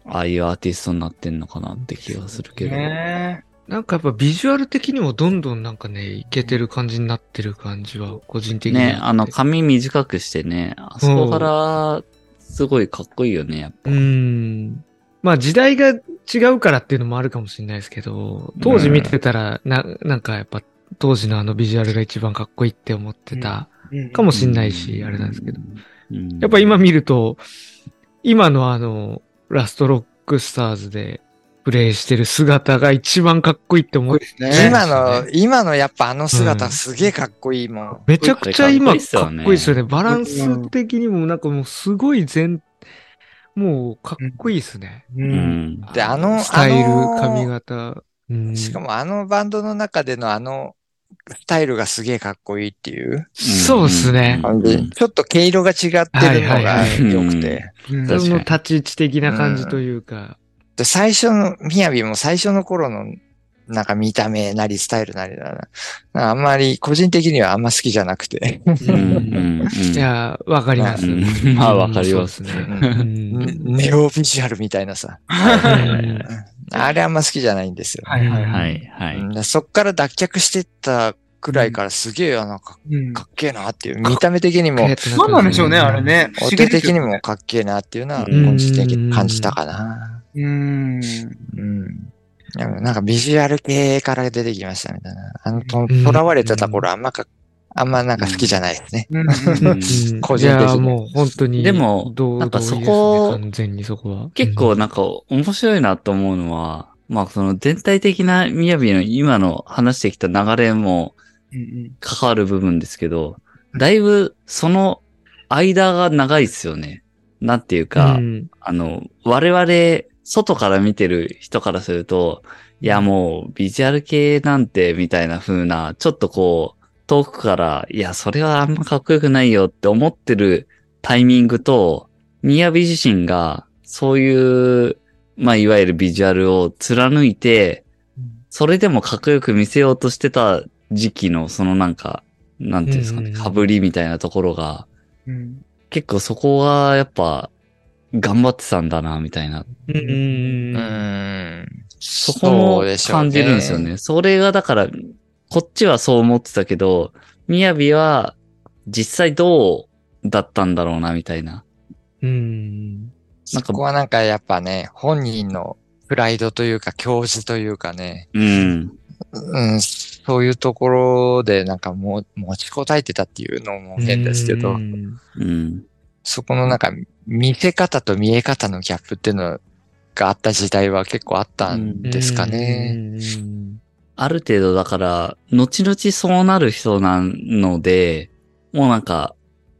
S1: ああいうアーティストになってんのかなって気がするけど。
S4: ね
S3: なんかやっぱビジュアル的にもどんどんなんかね、いけてる感じになってる感じは、個人的には。
S1: ね、あの髪短くしてね、あそこからすごいかっこいいよね、やっぱ。
S3: うん。まあ時代が違うからっていうのもあるかもしれないですけど、当時見てたら、な、なんかやっぱ当時のあのビジュアルが一番かっこいいって思ってた
S4: うん
S3: かもしれないし、あれなんですけど。
S1: うん。
S3: やっぱ今見ると、今のあの、ラストロックスターズでプレイしてる姿が一番かっこいいって思う。
S4: ですね
S2: 今の、今のやっぱあの姿すげえかっこいいもん。
S3: めちゃくちゃ今かっこいいですよね。バラ
S4: っこいい
S3: ン
S4: っすよね
S3: ス的にもなんかもうすごい全、もうかっこいいですね。
S4: う。
S1: うんん。
S2: であの
S3: スタイル、
S2: あのー
S3: 髪型。うん
S2: しかもあのバンドの中でのあのスタイルがすげえかっこいいっていう
S3: そうですね。
S2: 感じ。ちょっと毛色が違ってるのが良くて。
S3: うん
S1: 確かに
S3: その立ち位置的な感じというか。
S2: で、最初の、みやびも最初の頃の、なんか見た目なりスタイルなりだな。なんかあんまり、個人的にはあんま好きじゃなくて。
S1: うんうんうん
S3: いや、わかります。
S1: うんまあわかります
S3: ね。うん
S2: (laughs) ネオビジュアルみたいなさ。
S3: はい
S2: あれあんま好きじゃないんですよ。
S3: はいはい
S1: は
S3: はい。
S1: い、は
S2: うん
S1: い。
S2: だからそっから脱却してったくらいからすげえ、あの、か
S3: うん
S2: かっけえなっていう、見た目的にも、
S4: 何なんでしょうね、あれ。ね。不思議
S2: 音
S4: です
S2: 的に
S4: よ
S2: もかっけえなっていうのは、
S1: うん
S2: 個人的に感じたかな。
S4: うー
S2: う
S4: ん。
S2: ん。でもなんかビジュアル系から出てきましたみたいな。あの、と
S3: うん
S2: 囚われてた頃あんまか、あんまなんか好きじゃないですね。
S4: うん
S1: うん
S3: うん
S2: 個人的に
S3: いや、もう本当に。
S1: でも
S3: 同
S1: なんかそこ
S3: 同意ですね完全にそこは。
S1: 結構なんか面白いなと思うのは、まあその全体的なみやびの今の話してきた流れも
S4: うん
S1: 関わる部分ですけど、だいぶその間が長いですよね。なんていうか、
S3: うん
S1: あの、我々、外から見てる人からすると、いやもうビジュアル系なんてみたいな風な、ちょっとこう、遠くから、いや、それはあんまかっこよくないよって思ってるタイミングと、みやび自身が、そういう、まあ、いわゆるビジュアルを貫いて、それでもかっこよく見せようとしてた時期の、そのなんか、なんていうんですかね、
S3: うん
S1: かぶりみたいなところが、
S4: うんうん
S1: 結構そこはやっぱ頑張ってたんだな、みたいな。
S3: うんうん
S2: う
S3: うん
S2: ーん。
S1: そ
S2: そ
S1: こも
S2: うでしょうね
S1: 感じるんですよ。ね。それがだから、こっちはそう思ってたけど、みやびは実際どうだったんだろうな、みたいな。
S3: うん。
S1: なんか
S2: そこはなんかやっぱね、本人のプライドというか、教授というかね、
S1: うん。
S2: うん、そういうところでなんかもう持ちこたえてたっていうのも変ですけど、
S3: うん
S1: うん。
S2: そこのなんか見せ方と見え方のギャップっていうのがあった時代は結構あったんですかね。。
S3: うん
S1: ある程度だから、後々そうなる人なので、もうなんか、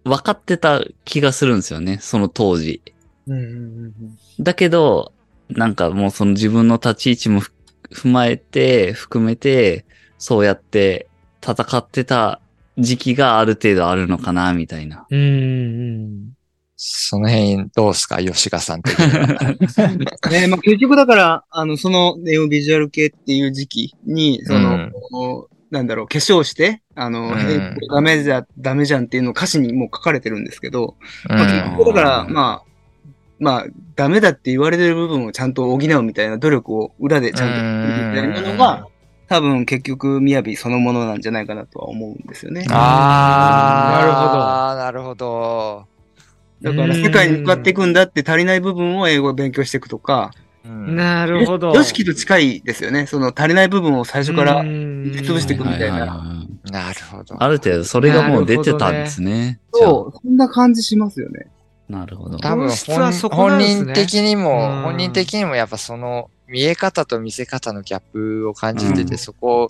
S1: 分かってた気がするんですよね、その当時。
S4: うんうん
S1: だけど、なんかもうその自分の立ち位置もふ踏まえて、含めて、そうやって戦ってた時期がある程度あるのかな、みたいな。
S3: うんうん
S2: その辺どうすか吉川さん的
S3: (laughs)
S2: には
S4: ねまあ、結局だから、あの、そのネオビジュアル系っていう時期に、その、
S2: うん
S4: こうなんだろう、化粧して、あの、
S2: うん
S4: えこれダメじゃ、ダメじゃんっていうのを歌詞にもう書かれてるんですけど、
S2: う
S4: まあ結
S2: ん
S4: 局だから、まあ、まあ、ダメだって言われてる部分をちゃんと補うみたいな努力を裏でちゃんとやるみたいなの
S2: う
S4: が、多分結局、みやびそのものなんじゃないかなとは思うんですよね。
S2: あー、なるほど。なるほど。
S4: だから、世界に向かっていくんだって足りない部分を英語を勉強していくとか、
S3: うん。なるほど。
S4: よしきと近いですよね。その足りない部分を最初から
S3: 見
S4: 潰していくみたいな
S2: なるほど。
S1: ある程度それがもう出てたんですね。
S4: そう、そんな感じしますよね。
S1: じゃあなるほど。
S2: 多分
S3: 本質は
S2: 本
S3: そこなんです
S2: 本
S3: ね
S2: 人的にも
S3: う、ん
S2: 本人的にもやっぱその見え方と見せ方のギャップを感じてて、
S4: うん
S2: そこを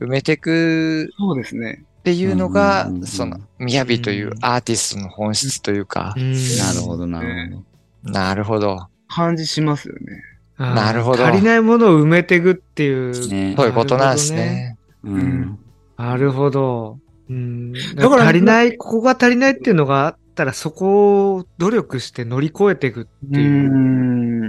S2: 埋めてく
S4: そうですね。
S2: っていうのが、
S1: うんうんうん
S2: その、みやびというアーティストの本質というか、
S1: なる
S3: な
S1: ほど、なるほど。
S2: なるほど。
S4: 感じしますよね。
S3: ど
S2: なるほど
S3: 足りないものを埋めていくっていう。
S1: ね
S2: そういうことなんですね。
S1: うん。
S3: なるほど。うん、
S4: だから
S3: 足りない、ここが足りないっていうのがあったら、そこを努力して乗り越えていくって
S4: う
S3: いう。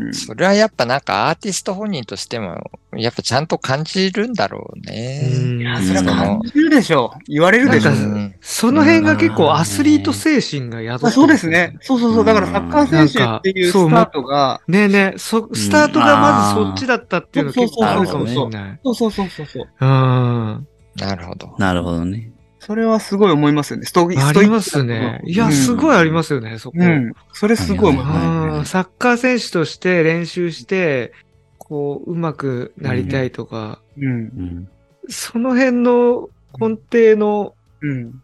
S4: ん。
S2: それはやっぱなんかアーティスト本人としても、やっぱちゃんと感じるんだろうね。
S3: うん
S4: いや、それは
S1: うん
S4: 感じるでしょう。言われるでしょ
S3: う
S4: う。
S3: んその辺が結構アスリート精神が宿ってる
S4: あそうですね。。そうそうそう。だからサッカー選手っていうスタートが、
S3: ねえねえ、そ、スタートがまずそっちだったっていうの結構あるかもしれない。
S4: そうそうそうそうそう。
S3: うん。
S2: なるほど。
S1: なるほどね。
S4: それはすごい思いますよね。ストーリー
S3: あ
S4: ストイック
S3: り
S4: な
S3: ますね。い
S4: うん
S3: や、すごいありますよね、そこ。
S4: うん。それすごい思いま
S1: はいはい
S3: うんサッカー選手として練習して、こう、うまくなりたいとか、
S4: す。うん。
S1: うん。
S3: その辺の根底の、
S4: うん。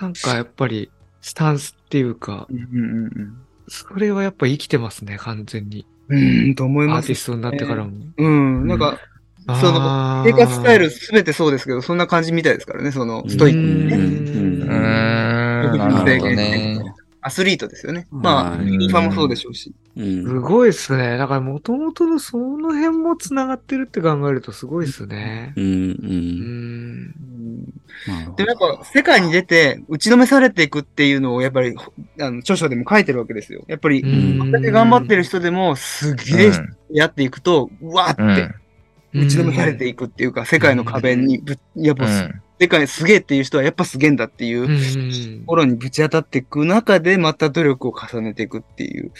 S3: なんかやっぱり、スタンスっていうか
S4: う、んうん
S3: それはやっぱ生きてますね、完全に。
S4: うん。うん、と思
S3: ア
S4: いま
S3: ーテ
S4: す
S3: ィ。ストになってからも。
S4: うん。なんか、その
S3: あー
S4: 生活スタイルすべてそうですけど、そんな感じみたいですからね、その、ストイック
S1: う
S4: にね。
S1: ん
S2: うーん、
S4: な
S2: な
S4: る
S2: る
S4: ほ
S2: ほど
S4: ど
S2: ね。
S4: アスリートですよね。まあ、
S1: はい
S4: ユニファーもそうでしょうし。
S1: うん
S3: すごいっすね。だから元々のその辺も繋がってるって考えるとすごいっすね。
S1: うんう。
S3: うん
S4: う
S3: ん。
S4: ん
S1: なるほ
S4: で
S1: ど
S4: もやっぱ世界に出て打ちのめされていくっていうのをやっぱりあの著書でも書いてるわけですよ。やっぱり、
S3: ん
S4: こんだけ頑張ってる人でもすげえやっていくと、う
S2: う
S4: わーっ
S2: ん
S4: て打ちのめされていくっていうか、世界の壁にぶ、やっ
S2: う
S4: ぱ、
S2: ん
S4: 世界すげえっていう人はやっぱすげえんだっていううん
S3: うん
S4: ところにぶち当たっていく中でまた努力を重ねていくっていう。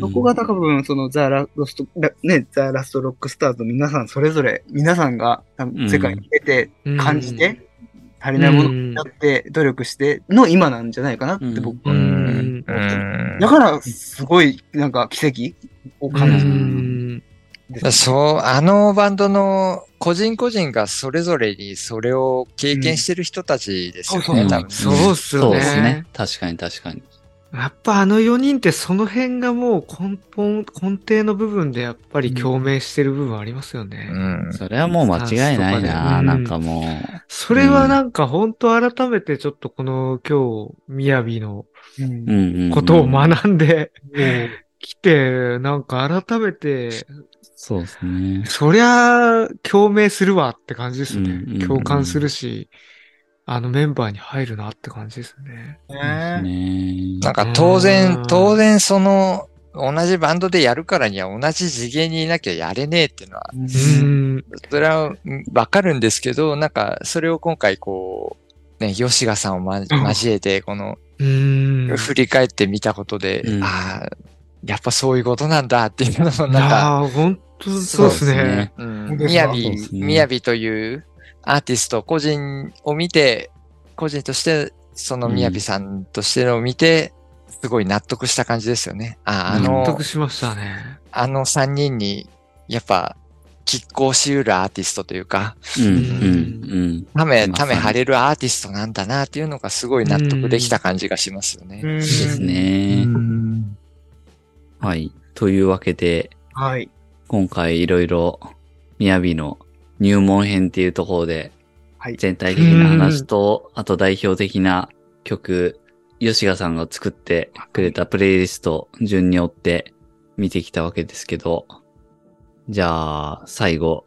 S4: そこが多分、そのザ・ラスト、ラね、ザ・ラスト・ロックスターズの皆さんそれぞれ、皆さんが多
S1: う
S4: 分
S1: ん
S4: 世界に出て
S3: うん
S4: 感じて、足りないものになって、努力しての今なんじゃないかなって僕
S3: う
S2: うん
S4: は。
S2: ん
S3: ん
S2: うん
S4: だから、すごい、なんか奇跡を感じる
S3: うん
S4: んですよ
S2: だそう、あのバンドの個人個人がそれぞれにそれを経験してる人たちですよ
S4: うんそう
S2: ね、
S4: そう
S2: 多分。
S3: そうっす
S1: そ
S3: よ
S1: う
S3: ね。
S1: ですね。確かに確かに。
S3: やっぱあの4人ってその辺がもう根本、根底の部分でやっぱり共鳴してる部分ありますよね。
S2: うん
S1: それはもう間違いないな。
S3: うん
S1: なんかも
S3: それはなんか本当改めてちょっとこの今日、みやびの
S4: うん
S1: う。うんうん。
S3: ことを学んで
S4: うん
S3: きて、なんか改めて、
S1: そうですね。
S3: そりゃ共鳴するわって感じです
S1: うんうんうん
S3: ね。共感するし、あのメンバーに入るなって感じですね。
S4: ね
S1: ね
S2: なんか当
S3: う
S2: 然
S3: ん、
S2: 当然その、同じバンドでやるからには同じ次元にいなきゃやれねえっていうのは、
S3: うん。
S2: それはうんわかるんですけど、なんかそれを今回こう、ね、吉賀さんを、ま、交えて、この、
S3: うん。
S2: 振り返ってみたことで、
S1: うん
S2: ああ、やっぱそういうことなんだっていうのも、
S3: い
S2: なんか、
S3: やー、本当そうですね。。
S2: うん
S4: 本当です
S2: み
S4: か
S2: や
S1: そう
S2: び
S1: です、ね
S2: みやびというアーティスト、個人を見て、個人として、そのみやびさんとしてのを見て、すごい納得した感じですよね。ああ、あ
S3: 納
S2: の
S3: 得、しましたね。
S2: あの3人に、やっぱ、拮抗しうるアーティストというか、
S1: うんうんうん。
S2: ため、
S1: ま
S2: た
S1: さに
S2: め張れるアーティストなんだなっていうのがすごい納得できた感じがしますよね。
S4: で
S1: です。ね。
S2: うん
S1: はい。というわけで、
S4: はい。
S1: 今回いろいろ、みやびの入門編っていうところで、
S4: はい
S1: 全体的な話と、あと代表的な曲、吉賀さんが作ってくれたプレイリスト順に追って見てきたわけですけど、じゃあ、最後、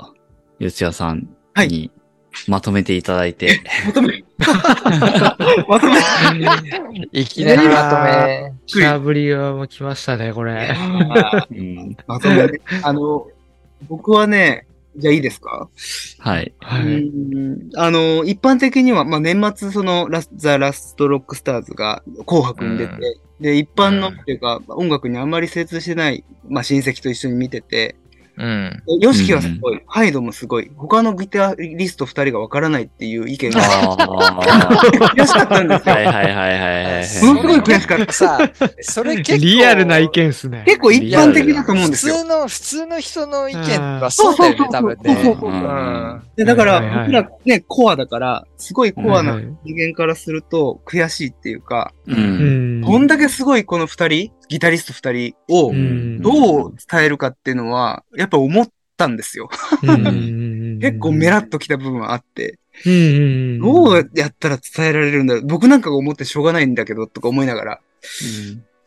S1: 吉賀さん
S4: は
S1: にまとめていただいて、
S4: まと (laughs) めまとめ
S3: (laughs)
S2: いきなりまとめ。
S3: シャーブリがもう来ましたね、これ。
S1: うん
S4: まとめねあの、僕はね、じゃあいいですか (laughs)
S1: はい。
S3: は
S4: う
S3: い。
S4: んあの、一般的には、まあ、年末、その、ラスザ・ラスト・ロックスターズが紅白に出て、で、一般の、
S2: うん
S4: っていうか、音楽にあんまり精通してない、まあ、親戚と一緒に見てて、
S2: うん。
S4: でヨシキはすごい、ハイドもすごい、他のギタリスト二人がわからないっていう意見が
S1: あー
S4: 悔しかったん
S3: (laughs)
S4: です
S1: はい
S4: よ。
S1: はいはいはいはいはい。
S4: ものすごい悔しかった。
S2: さあ、それ結構。
S3: リアルな意見ですね。
S4: 結構一般的だと思うんですよ
S2: 普。通の、普通の人の意見はそうだよね、多分
S4: そう
S2: ね
S4: そう。そう
S1: う
S2: う
S1: ん
S2: ん。
S4: でだから、
S3: はいはいは
S4: 僕
S3: い
S4: らね、コアだから、すごいコアな
S3: はいはい
S4: 人間からすると悔しいっていうか、
S1: う。
S3: うんん。
S4: こんだけすごいこの二人、ギタリスト二人を
S3: うん
S4: どう伝えるかっていうのは、やっぱ思ったんですよ。
S3: うん
S4: 結構メラッときた部分はあって、
S3: うんうん。
S4: どうやったら伝えられるんだろう。僕なんかが思ってしょうがないんだけど、とか思いながら。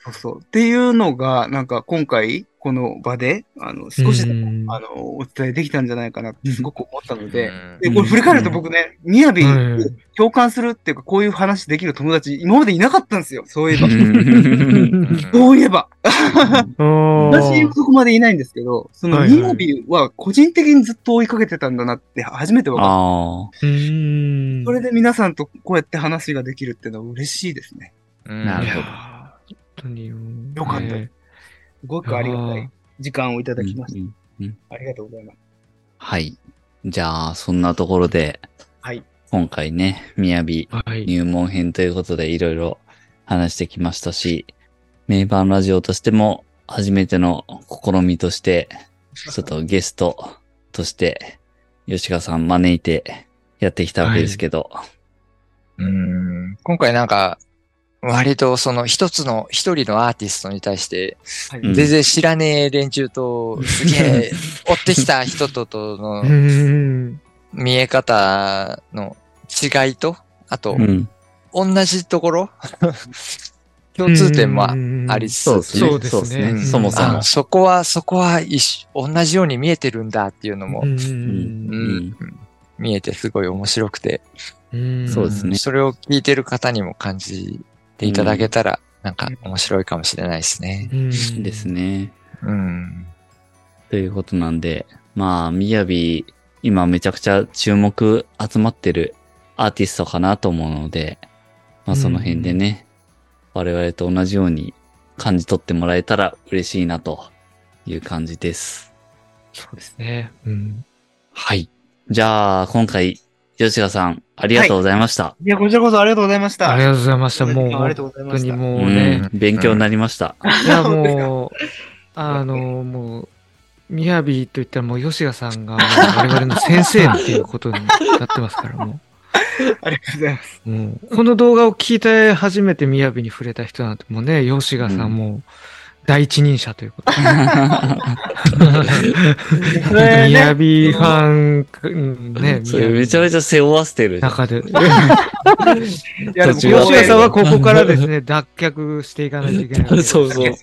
S4: そうそう。っていうのが、なんか今回、この場で、あの、少しでも、
S3: うん
S4: あの、お伝えできたんじゃないかなってすごく思ったので、
S2: う
S4: で、これ振り返ると僕ね、みやび
S3: うん
S4: 共感するっていうか、こういう話できる友達、今までいなかったんですよ。そういえば。 (laughs)
S1: うん
S2: ん
S4: そういえば。
S3: おー
S4: 私、そこまでいないんですけど、その、
S3: はいはい
S4: みやびは個人的にずっと追いかけてたんだなって初めて分かった。
S1: あ
S3: うん。
S4: それで皆さんとこうやって話ができるっていうのは嬉しいですね。
S2: うん
S1: ないる
S3: や
S1: ほど
S3: ー本当に。
S4: よかった
S3: ね
S4: すごくありがたい時間をいた
S1: あ。
S4: だきまし
S1: うんうん
S4: た。ありがとうございます。
S1: はい。じゃあ、そんなところで、
S4: はい。
S1: 今回ね、みやび
S3: はい。
S1: 入門編ということでいろいろ話してきましたし、名盤ラジオとしても初めての試みとして、ちょっとゲストとして、吉川さん招いてやってきたわけですけど、
S2: うん今回なんか、割とその一つの、一人のアーティストに対して、
S4: はい
S1: うん
S2: 全然知らねえ連中と、すげえ
S1: (laughs)
S2: 追ってきた人ととの
S3: うん。
S2: 見え方の違いと、あと、
S1: うん。
S2: 同じと
S1: (laughs)
S2: ころ共通点もありつ
S1: そうです
S2: つ、
S1: ね。
S3: そうですね
S2: うん
S1: そもそ
S2: あ
S1: も
S2: の。そこは、そこは一緒、同じように見えてるんだっていうのも
S3: う、
S2: う
S3: ん。
S2: ん見えてすごい面白くて、
S3: ううん
S1: そうですね
S2: それを聞いてる方にも感じていただけたら、なんか面白いかもしれないですね。
S3: うん
S1: ですね。
S2: うん。
S1: ということなんで、まあ、みやび、今めちゃくちゃ注目集まってるアーティストかなと思うので、まあその辺でね、我々と同じように感じ取ってもらえたら嬉しいなという感じです。
S3: そうですね。うん。
S1: はい。じゃあ、今回、吉川さん、ありがとうございました。
S4: いや、こちらこそありがとうございました。
S3: ありがとうございました。もう、
S4: ありが
S3: 本
S4: とうござい
S3: 当
S4: まし
S3: に
S4: た。
S3: もう
S1: うん
S3: ね、
S1: 勉強になりました。
S3: いや、
S4: 本当ですか
S3: もう、あの、もう、みやびといったらもう、吉賀さんが、もう我々の先生っていうことになってますから、も
S4: ありがとうございま
S1: (laughs)
S4: す。
S3: う。もうこの動画を聞いて初めてみやびに触れた人なんて、もうね、吉賀さんも、第一人者ということで。
S4: それね
S3: みやびファン、うんね、
S1: (laughs) それめちゃめ
S3: ち
S1: ちゃ背負わせてる。
S3: 中で。
S4: いや、で
S1: 途
S4: も、
S1: 中
S3: 吉
S4: 吉
S1: は
S4: 川さ
S3: 賀さん
S4: んは
S3: はここからで
S1: (laughs)
S3: すね、脱却していかないといけないわけです。
S1: そうそう。日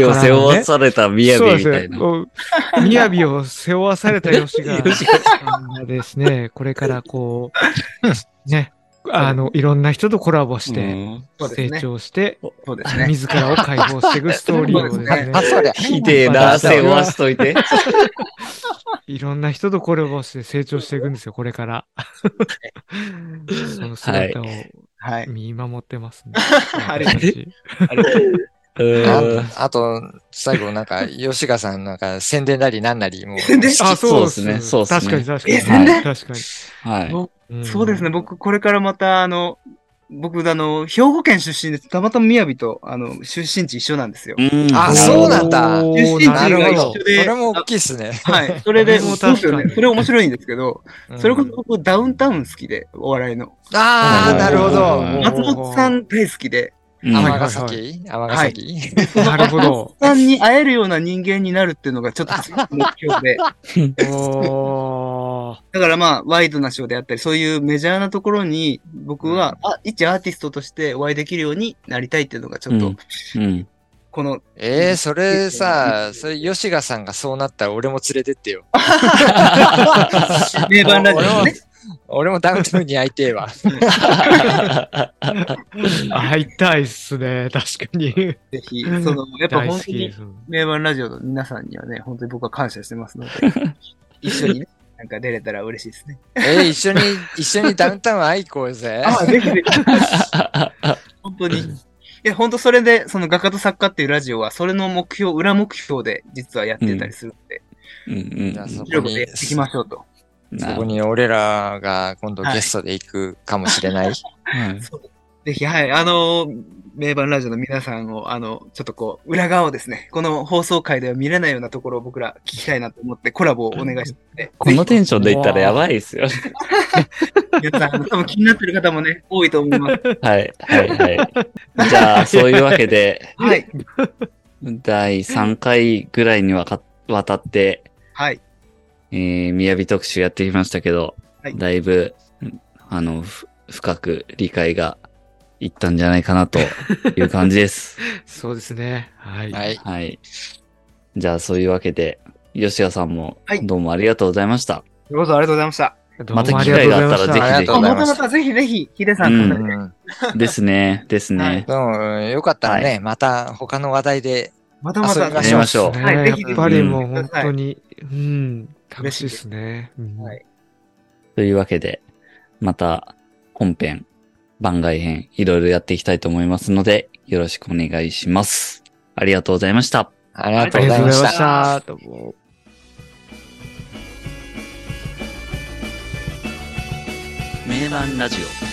S1: 々を背負わされたみやびみたいな。
S3: そうですね。みやびを背負わされた
S1: (laughs)
S3: 吉がさんがですね、これからこう、ね、あの、いろんな人とコラボし
S1: う
S3: て、
S1: ん
S4: そうです
S3: 成
S4: ね。
S3: 長して、
S4: そうですね。
S3: 自らを解放していくストーリーをですね
S2: あ、、そりゃ。
S1: ひでえな、背負わしといて。
S3: いろんな人とコラボして成長していくんですよ、こ
S4: (laughs)
S3: れから。その姿を
S4: はい。
S3: 見守ってますね。
S4: (laughs) ありが
S3: 私
S4: と
S3: たち
S4: ありがとう
S1: うん
S2: ああと、最後なん
S4: (laughs)
S2: か、吉川さんなんか宣伝なりなんなり、もう。
S4: ござい
S3: あ、
S4: ます
S3: そう
S1: そうで
S3: です
S1: す
S3: ね。
S1: ねそうですね
S3: 確かに確か
S4: え
S3: に。
S1: 全
S4: 然
S3: 確か
S1: はい。
S3: に。ん
S4: そうですね。。僕、これからまた、あの、僕、あの、兵庫県出身です。たまたま宮城と、あの、出身地一緒なんですよ。
S1: うん
S2: あそうなんだ
S3: おー
S4: 出身地
S2: なる
S4: が一
S2: ほど。そ
S4: 緒で
S2: れも大きいですね。
S4: はい。それで、
S3: それも
S4: そうですよ
S3: 確
S4: ね。
S3: かに
S4: それ面白いんですけど、
S2: うん
S4: それこそ僕、ダウンタウン好きで、お笑いの。
S2: ああ、なるほど。
S1: うん
S4: 松本さん大好きで、
S1: うん
S3: はい
S2: 尼崎尼崎
S3: なるほど。
S4: さんに会えるような人間になるっていうのがちょっと強い目標で、
S3: おー
S4: だからまあ、ワイドなショーであったり、そういうメジャーなところに、僕は、あ、一アーティストとしてお会いできるようになりたいっていうのが、ちょっ
S1: う
S4: と
S1: ん、うん
S4: この、
S2: ええ、それさ、それ、吉賀さんがそうなったら俺も連れてってよ。
S4: 名盤ラジオね。
S2: 俺もダウンタウンに会いてえわ。
S4: (laughs)
S3: 会いたいっすね、確かに。
S4: ぜひ、その、やっぱ
S3: 大
S4: 本
S3: 好
S4: 当
S3: き
S4: に
S3: で、す。
S4: 名盤ラジオの皆さんにはね、本当に僕は感謝してますので、一緒にね、なんか出れたら嬉しいですね。
S2: ええ、
S4: (laughs)
S2: 一緒に、一緒にダウンタウン会い行こうぜ。
S4: あ、ぜひぜひ。本当に。いや、本当それで、その画家と作家っていうラジオは、それの目標、裏目標で実はやってたりするので、
S1: うんうん
S2: じゃあそこ
S4: 広くやっていきましょうと。
S2: そ
S1: な
S2: こに俺らが今度
S4: はい
S2: ゲストで行くかもしれない。
S1: はい
S4: ぜひ、はい、あの名盤ラジオの皆さんを、あの、ちょっとこう、裏側をですね、この放送回では見れないようなところを僕ら聞きたいなと思ってコラボをお願いしてて、
S1: この
S4: ぜ
S1: テンションで言ったらやばいですよ。
S4: ひ皆さん、あの多分気になってる方もね、多いと思います。
S1: はい、はい、はい。じゃあ、そういうわけで、
S4: はい、
S1: 第3回ぐらいにわかわたって、
S4: はい、
S1: えー、みやび特集やってきましたけど、
S4: はい
S1: だいぶ、あの、ふ深く理解がいったんじゃないかなという感じです。
S3: そうですね。はい。
S2: はい。
S1: はい。じゃあ、そういうわけで、吉谷さんも
S4: はい、
S1: どうもありがとうございました。
S4: どうぞありがとうございました。
S3: どうも
S1: また
S3: あ
S1: 機
S3: りがと
S1: 会
S3: う
S1: が
S3: ご
S1: あ
S3: ざいま
S1: った
S3: し
S1: ら、
S3: た。
S1: ぜひぜ
S2: ありがと
S4: あま
S2: うございま
S4: た
S2: す
S4: またぜひぜひ、ヒデさん
S1: う
S4: と、
S1: ん
S2: うん
S1: ひ。ですね、ですね。
S2: でも、よかったら
S1: は
S2: ね、また他の話題で。
S4: またま
S2: 遊
S4: た
S2: びま
S1: やりましょう。
S3: ね
S4: はい
S3: や
S4: ぜ
S3: っ
S4: ひ
S3: ぱり
S1: うん
S3: もう本当に、うん、楽しいですね。うん
S4: はい
S1: というわけで、また本編、番外編、いろいろやっていきたいと思いますので、よろしくお願いします。ありがとうございました。
S2: ありがと
S3: あ
S2: う
S3: り
S2: ご
S3: が
S2: ざ
S3: と
S2: いうま
S3: ござ
S2: し
S3: いま
S2: た
S3: し。た。
S1: 名盤ラジオ。